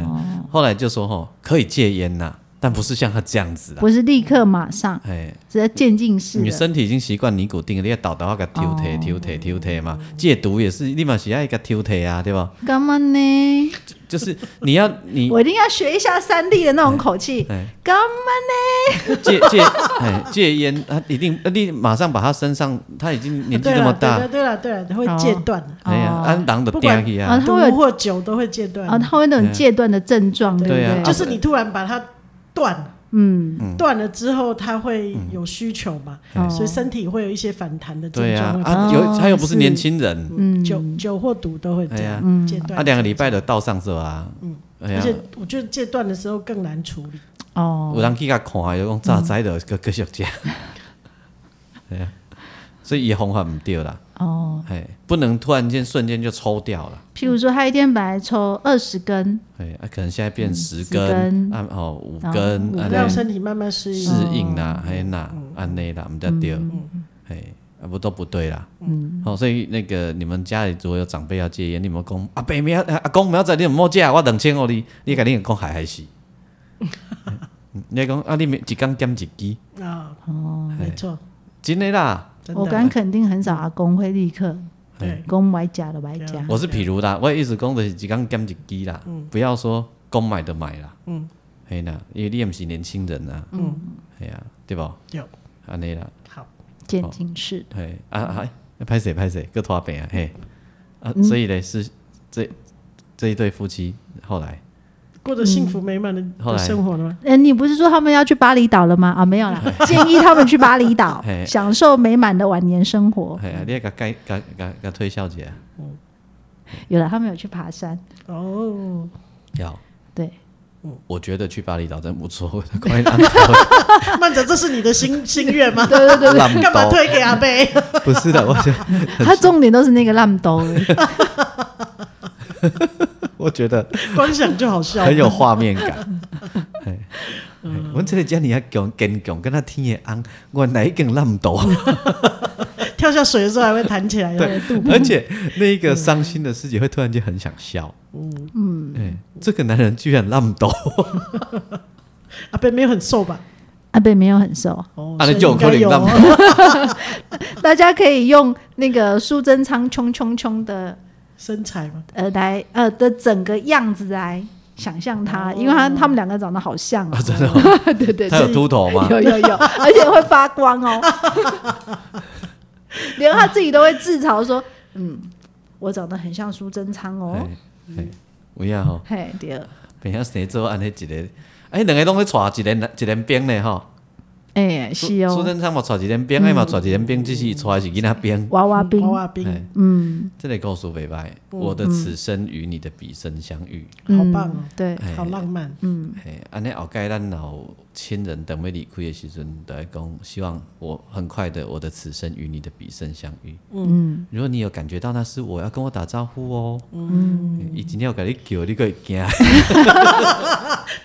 Speaker 1: 后来就说吼，可以戒烟呐，但不是像他这样子啦。
Speaker 3: 不是立刻马上，
Speaker 1: 哎，
Speaker 3: 是在渐进式
Speaker 1: 啊你
Speaker 3: 的。哦
Speaker 1: 身体已经习惯尼古丁了，你要倒啊倒个抽摕抽摕抽摕嘛，戒毒也是，你嘛是爱个抽摕啊，对
Speaker 2: (laughs)
Speaker 1: 吧？
Speaker 3: 干嘛呢？
Speaker 1: 就是你要你
Speaker 3: 我一定要学一下三 D 的那种口气。
Speaker 1: 哎
Speaker 3: 干嘛呢？
Speaker 1: 戒戒哎戒烟，他一定啊你马上把他身上他已经年纪
Speaker 2: 对
Speaker 1: 这么
Speaker 2: 了，对
Speaker 1: 大
Speaker 2: 了，，对了，对了，会戒断，
Speaker 3: 哦
Speaker 1: 哎呀，安当的
Speaker 2: 不管
Speaker 1: 定去
Speaker 3: 啊
Speaker 1: 啊，
Speaker 3: 他会
Speaker 2: 毒或酒都会戒
Speaker 3: 哦，
Speaker 2: 断，
Speaker 3: 他会那种戒断的症状，对不
Speaker 1: 对啊
Speaker 3: 对？
Speaker 2: 就是你突然把它断
Speaker 3: 嗯，
Speaker 2: 断了之后，它会有需求嘛，
Speaker 3: 哦
Speaker 2: 所以身体会有一些反弹的症
Speaker 1: 嗯对
Speaker 2: 状
Speaker 1: 啊
Speaker 2: 会发
Speaker 1: 啊
Speaker 3: 哦
Speaker 1: 有他又不是
Speaker 3: 是
Speaker 1: 年轻人，
Speaker 2: 生，
Speaker 3: 嗯
Speaker 2: 酒酒或毒都会这
Speaker 1: 哎呀
Speaker 2: 样戒断，
Speaker 1: 啊两个礼拜的道上手啊，哎
Speaker 2: 嗯而
Speaker 1: 呀
Speaker 2: 且。我觉得戒断的时候更难处理，
Speaker 1: 有
Speaker 3: 哦，
Speaker 1: 人去甲看，就讲早知就个继续 (laughs) 食，对啊，所以伊方法毋对啦，
Speaker 3: 哦，
Speaker 1: 嘿，不能突然间瞬间就抽掉了，
Speaker 3: 譬如说他一天本来抽二十根，
Speaker 1: 嘿，啊，可能现在变十
Speaker 3: 十根
Speaker 1: 根，啊哦五根，嗯
Speaker 2: 你
Speaker 1: 安
Speaker 2: 让
Speaker 1: 尼
Speaker 2: 身体慢慢适应哦
Speaker 1: 适。应啦，嘿啦，安尼啦，毋才对，嘿，啊不都不对啦，嗯，好，所以那个你们家里如果有长辈要戒烟，你们讲阿伯明仔阿公明仔载你毋好食，我两千互你，你肯定讲害害 (laughs) 死，嗯你讲啊你明一工点一支，
Speaker 2: 啊，
Speaker 3: 哦，
Speaker 1: 哎
Speaker 2: 没错，
Speaker 1: 真的啦。
Speaker 2: 真
Speaker 3: 我
Speaker 2: 的，
Speaker 3: 敢肯定很少阿公会立刻
Speaker 2: 对，
Speaker 3: 公买假的买假，
Speaker 1: 我是譬如啦，我的意思讲就是一工减一支啦，不要说公买的买啦，嗯，嘿啦，因为你也不是年轻人啊，嗯，嘿啊，对不？
Speaker 2: 有
Speaker 1: 安尼啦，
Speaker 2: 好，
Speaker 3: 渐进式。
Speaker 1: 嘿啊啊，拍谁拍谁，各拖病啊，嘿啊，所以呢是这这一对夫妻后来
Speaker 2: 过着幸福美满的
Speaker 1: 后
Speaker 2: 的
Speaker 1: 来
Speaker 2: 生活了吗？
Speaker 3: 嗯，你不是说他们要去巴厘岛了吗？啊，没有啦，建议他们去巴厘岛
Speaker 1: 嘿，
Speaker 3: 享受美满的晚年生活。
Speaker 1: 嘿啊，你也甲介甲甲甲推销一下，
Speaker 3: 有了，他们有去爬山，
Speaker 2: 哦，
Speaker 1: 要。
Speaker 3: 对，
Speaker 1: 我觉得去巴厘岛真不错，快浪头
Speaker 2: 慢着，这是你的
Speaker 1: (laughs)
Speaker 2: 心心愿吗？
Speaker 3: 对对对，
Speaker 1: 浪
Speaker 2: 干嘛
Speaker 1: 头，
Speaker 2: 推给阿贝？ (laughs)
Speaker 1: 不是的，我觉
Speaker 3: 他重点都是那个烂兜而已， (laughs)
Speaker 1: 我觉得
Speaker 2: 光想就好笑。嗯
Speaker 1: 很有画面
Speaker 2: (laughs)
Speaker 1: 感。嘿嘿阮即个遮尔啊强坚强，敢若天的红，原来已经烂倒。
Speaker 2: 跳下水的时候还会弹起来，啊
Speaker 1: 对，而且那个伤心的事情会突然间很想笑。嗯嗯，这个男人居然烂倒，
Speaker 2: 哦
Speaker 1: (laughs)
Speaker 2: 阿贝没有很瘦吧？
Speaker 3: 阿啊贝没有很瘦，
Speaker 2: 哦，
Speaker 1: 啊，
Speaker 2: 所以
Speaker 1: 你就有
Speaker 2: 应
Speaker 1: 可
Speaker 2: 该
Speaker 1: 能
Speaker 2: 有
Speaker 1: 烂
Speaker 2: 哦。
Speaker 1: 倒。
Speaker 3: 大家可以用那个苏贞昌“冲冲冲”的
Speaker 2: 身材嘛，
Speaker 3: 呃来呃的整个样子来想象他，因为他他们两个长得好像哦，真的， (laughs)
Speaker 2: (laughs)
Speaker 3: 对对
Speaker 1: 他
Speaker 3: 对，
Speaker 1: 有秃头吗？
Speaker 3: 有有
Speaker 1: (laughs)
Speaker 3: 有，而且会发光哦，连他自己都会自嘲说，嗯，我长得很像苏贞昌哦，
Speaker 1: 嘿嘿有影吼，
Speaker 3: 嘿，对了，
Speaker 1: 平常生做安尼一个，哎，两个拢咧带一个男一个兵咧吼。
Speaker 3: 哎，是
Speaker 1: 苏
Speaker 3: 哦，
Speaker 1: 贞昌嘛带一个兵，哎嘛带一个兵，只是伊带的是囡仔兵。
Speaker 3: 娃娃兵
Speaker 2: 娃，娃兵，
Speaker 1: 哎，
Speaker 3: 嗯，
Speaker 1: 这个故事袂歹。我的此生与你的彼生相遇。
Speaker 2: 好
Speaker 3: 嗯
Speaker 2: 棒哦，
Speaker 3: 对，
Speaker 1: 哎
Speaker 2: 好浪漫。
Speaker 1: 嘿，安尼后盖咱老亲人等要离开的时阵，就来讲，希望我很快的，我的此生与你的彼生相遇。嗯，如果你有感觉到那是我要跟我打招呼哦，嗯，伊今天有甲你叫，你还会惊，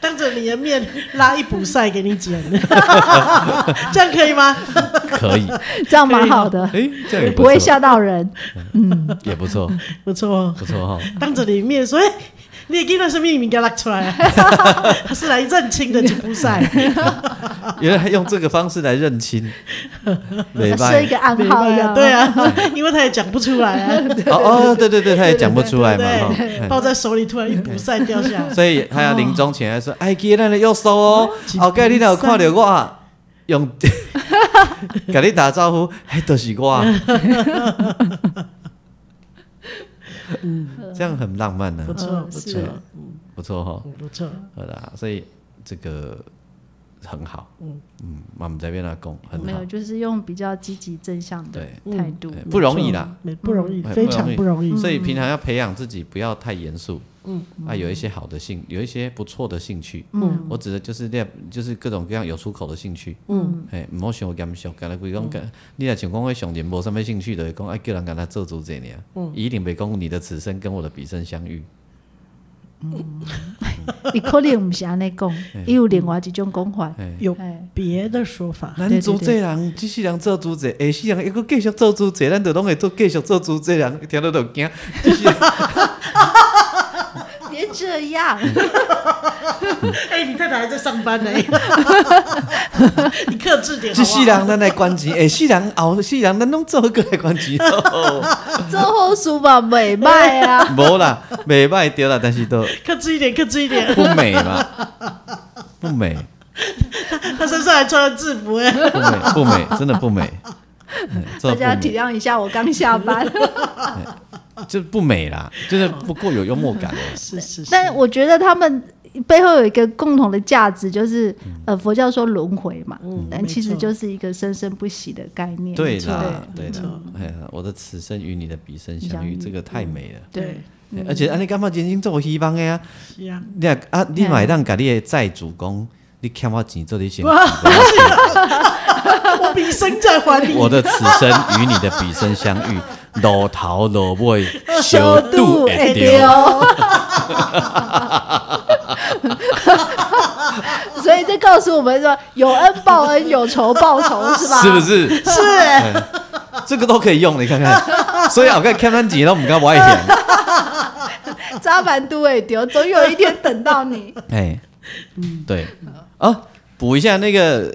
Speaker 2: 当着你的面拉一补赛给你
Speaker 1: (laughs)
Speaker 2: 剪， (laughs) 这样可以吗？(laughs)
Speaker 1: 可以，
Speaker 3: 这样蛮好的，
Speaker 1: 诶，这样也
Speaker 3: 不
Speaker 1: 错
Speaker 3: 会吓到人，
Speaker 1: 也不错，
Speaker 2: 不错哦，
Speaker 1: 不错哈。
Speaker 2: 当着你的面说，哎，你也给那生命名给他拉出来啊， (laughs) 他是来认亲的吉普 (laughs) 赛，
Speaker 1: 原来用这个方式来认
Speaker 2: (laughs)
Speaker 1: 亲，没
Speaker 3: 设一
Speaker 1: 办
Speaker 3: 个暗
Speaker 2: 明
Speaker 3: 号
Speaker 2: 白
Speaker 3: 呀，
Speaker 2: 啊对啊，因为他也讲不出来 (laughs) 啊，
Speaker 1: 哦哦，对对对，他也讲不出来嘛
Speaker 2: 对
Speaker 1: 哈
Speaker 2: 不。对，抱在手里突然一补赛掉下 (laughs) 来，
Speaker 1: 哦所以他要临终前还说：“哎，记咱的右手哦，后盖你若有看到我，用 (laughs) 甲你打招呼，哎，都是我。”这样很浪漫呢、
Speaker 2: 不错
Speaker 3: 嗯
Speaker 2: 不
Speaker 3: 是
Speaker 2: 错，
Speaker 1: 不错哈、哦，
Speaker 2: 啊不错，
Speaker 1: 好啦，所以这个很好，嗯嗯，妈妈在边那讲很
Speaker 3: 没
Speaker 1: 好
Speaker 3: 有，，就是用比较积极正向的
Speaker 1: 对，
Speaker 3: 态度
Speaker 1: 哎，不容易啦，
Speaker 2: 没不容易，
Speaker 1: 哎
Speaker 2: 非常不容易。
Speaker 1: 所以平常要培养自己不要太严肃，嗯，啊，有一些好的兴，有一些不错的兴趣，嗯，我指的就是练，就是各种各样有出口的兴趣，嗯，嘿，唔好想严肃，干啦规讲，你若像讲迄上人无啥物兴趣，就会讲哎爱叫人干他做主者尔，伊一定袂讲你的此生跟我的彼生相遇，
Speaker 3: 伊可能毋是安尼讲，伊有另外一种讲法。
Speaker 1: 嘿
Speaker 2: 有
Speaker 3: 哎，
Speaker 2: 别的说 (laughs) 法。
Speaker 3: 对
Speaker 1: 咱
Speaker 3: 对
Speaker 1: 做这人，即世人做做这，下世人又佫继续做做这，咱就拢会做继续做做这人，听到 (laughs) 就惊。即世人
Speaker 3: 别这样，
Speaker 2: 哎、你太太还在上班 (laughs) 呢、你克制点好不
Speaker 1: 即
Speaker 2: 好
Speaker 1: 世人咱来关钱，下世人后世人咱拢做过来关 (laughs) 钱。哦
Speaker 3: 做好事嘛，袂歹啊。
Speaker 1: 无啦，袂歹对啦，但是都
Speaker 2: 克制一点，克制一 (laughs) 点。
Speaker 1: 不美嘛，不美，
Speaker 2: 他身上还穿了制服哎、
Speaker 1: 不美，不美，真的不美。嗯 (laughs) 做
Speaker 3: 大
Speaker 1: 得不
Speaker 3: 家
Speaker 1: 美
Speaker 3: 体谅一下，我刚下班。
Speaker 1: 就不美啦，就是不够有幽默感了。
Speaker 2: 是是是。
Speaker 3: 但我觉得他们背后有一个共同的价值，就是呃，佛教说轮回嘛，但其实
Speaker 2: 没错
Speaker 3: 就是一个生生不息的概念。
Speaker 1: 对
Speaker 3: 对
Speaker 1: 啦，对啦，哎呀，我的此生与你的彼生相
Speaker 3: 相
Speaker 1: 遇，嗯
Speaker 3: 遇
Speaker 1: 这个太美了。
Speaker 3: 对，
Speaker 1: 而且安尼感觉人生做希望的啊，
Speaker 2: 是啊，
Speaker 1: 你啊啊，你
Speaker 3: 嘿
Speaker 1: 嘛会当甲你的债主讲，你欠我钱做你先，
Speaker 2: 我比生在还你。
Speaker 1: 我的此生与你的彼生相遇，路头路 (laughs) 尾，
Speaker 3: 修度哎
Speaker 1: 会
Speaker 3: 会
Speaker 1: 哎丢。
Speaker 3: 丢。 (laughs) 所以这告诉我们说，有恩报恩，有仇报仇，是吧？
Speaker 1: 是不？是？是、
Speaker 2: 哎
Speaker 1: 这个都可以用，你看看。所以啊我看看咱钱都唔敢歪填，
Speaker 3: 扎板都会丢，总有一天等到你。
Speaker 1: 哎，
Speaker 2: 嗯
Speaker 1: 对，啊，补一下那个，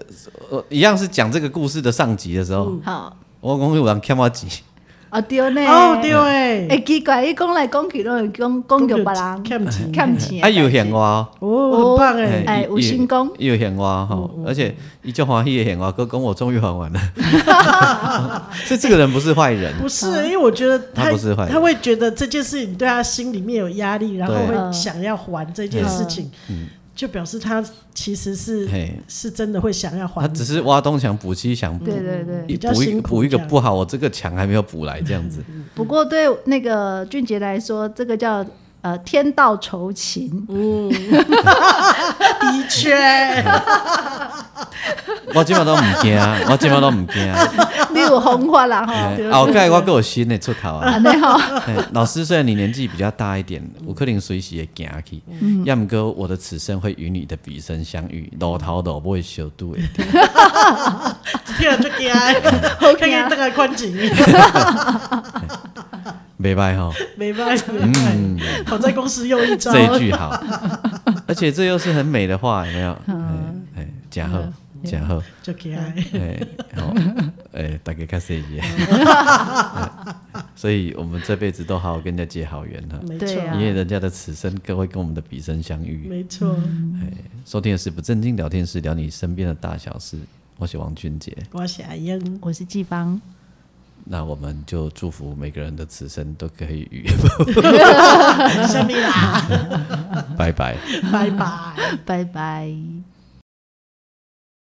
Speaker 1: 呃一样是讲这个故事的上集的时候，
Speaker 2: 嗯
Speaker 3: 好，
Speaker 1: 我讲有人欠我钱，
Speaker 3: 啊丢呢？
Speaker 2: 哦，对哎、
Speaker 3: 哎，奇怪，伊讲来讲去，拢会讲讲着别人
Speaker 2: 欠钱
Speaker 3: 欠钱的
Speaker 1: 啊，有
Speaker 3: 代志
Speaker 1: 嫌我哦，
Speaker 2: 哦，很棒哎、
Speaker 3: 哎
Speaker 1: 他
Speaker 3: 有成功
Speaker 1: 他有嫌我哦
Speaker 2: 嗯
Speaker 1: 吼，而且伊就欢喜的嫌我，哥跟我终于还完了，
Speaker 2: (laughs)
Speaker 1: 所以这个人不是坏人，
Speaker 2: 不是，因为我觉得
Speaker 1: 他不是坏人
Speaker 2: 他会觉得这件事情对他心里面有压力，然后
Speaker 1: 对嗯
Speaker 2: 会想要还这件事情，就表示他其实是
Speaker 1: 嘿，
Speaker 2: 是真的会想要
Speaker 1: 他
Speaker 2: 还。
Speaker 1: 只是挖东墙补西墙，补
Speaker 3: 对对对，
Speaker 2: 比
Speaker 1: 一
Speaker 2: 较
Speaker 1: 补一
Speaker 2: 辛苦
Speaker 1: 补一个
Speaker 2: 这样嗯
Speaker 1: 不好，我这个墙还没有补来，这样子，
Speaker 3: 不过对那个俊杰来说，这个叫呃天道酬勤，
Speaker 2: 嗯的确，
Speaker 1: (laughs) 我今晚都唔惊，啊我今晚都唔惊。啊
Speaker 3: 你有红花啦
Speaker 2: (laughs)
Speaker 3: 哈。
Speaker 1: 哎后
Speaker 3: (laughs)
Speaker 1: 盖我够有新的出头啊！
Speaker 3: 安尼吼，
Speaker 1: 嘿老师，虽然你年纪比较大一点，有可能随时会行去，
Speaker 3: 嗯
Speaker 1: 要么哥我的此生会与你的彼生相遇，路头路尾小度
Speaker 3: (laughs)
Speaker 1: 会定。
Speaker 2: 听了就惊，啊看看这个观 (laughs) 景，
Speaker 1: 明白哈？
Speaker 2: 没办法，没办法，我在公司用一
Speaker 3: 啊
Speaker 2: 招，
Speaker 1: 这一句
Speaker 3: (laughs)
Speaker 1: 好，而且这又是很美的话，有没有？
Speaker 3: 嗯
Speaker 1: 哎，假贺，假贺，
Speaker 2: 就惊。啊
Speaker 3: (laughs)
Speaker 1: 哎，好，哎，大家看谁耶？哎 (laughs) 所以我们这辈子都好好跟人家结好缘哈，
Speaker 2: 没
Speaker 3: (laughs) 对
Speaker 2: 错，
Speaker 3: 啊
Speaker 1: 因为人家的此生更会跟我们的彼生相遇。
Speaker 2: 没错。
Speaker 1: 收听的是不正经聊天室，聊你身边的大小事。我是王俊杰，
Speaker 2: 我是阿 (laughs) 英，
Speaker 3: 我是季芳，
Speaker 1: 那我们就祝福每个人的此生都可以与
Speaker 2: 下面啦，
Speaker 1: (laughs) 拜拜。
Speaker 2: 拜拜。
Speaker 3: 拜拜。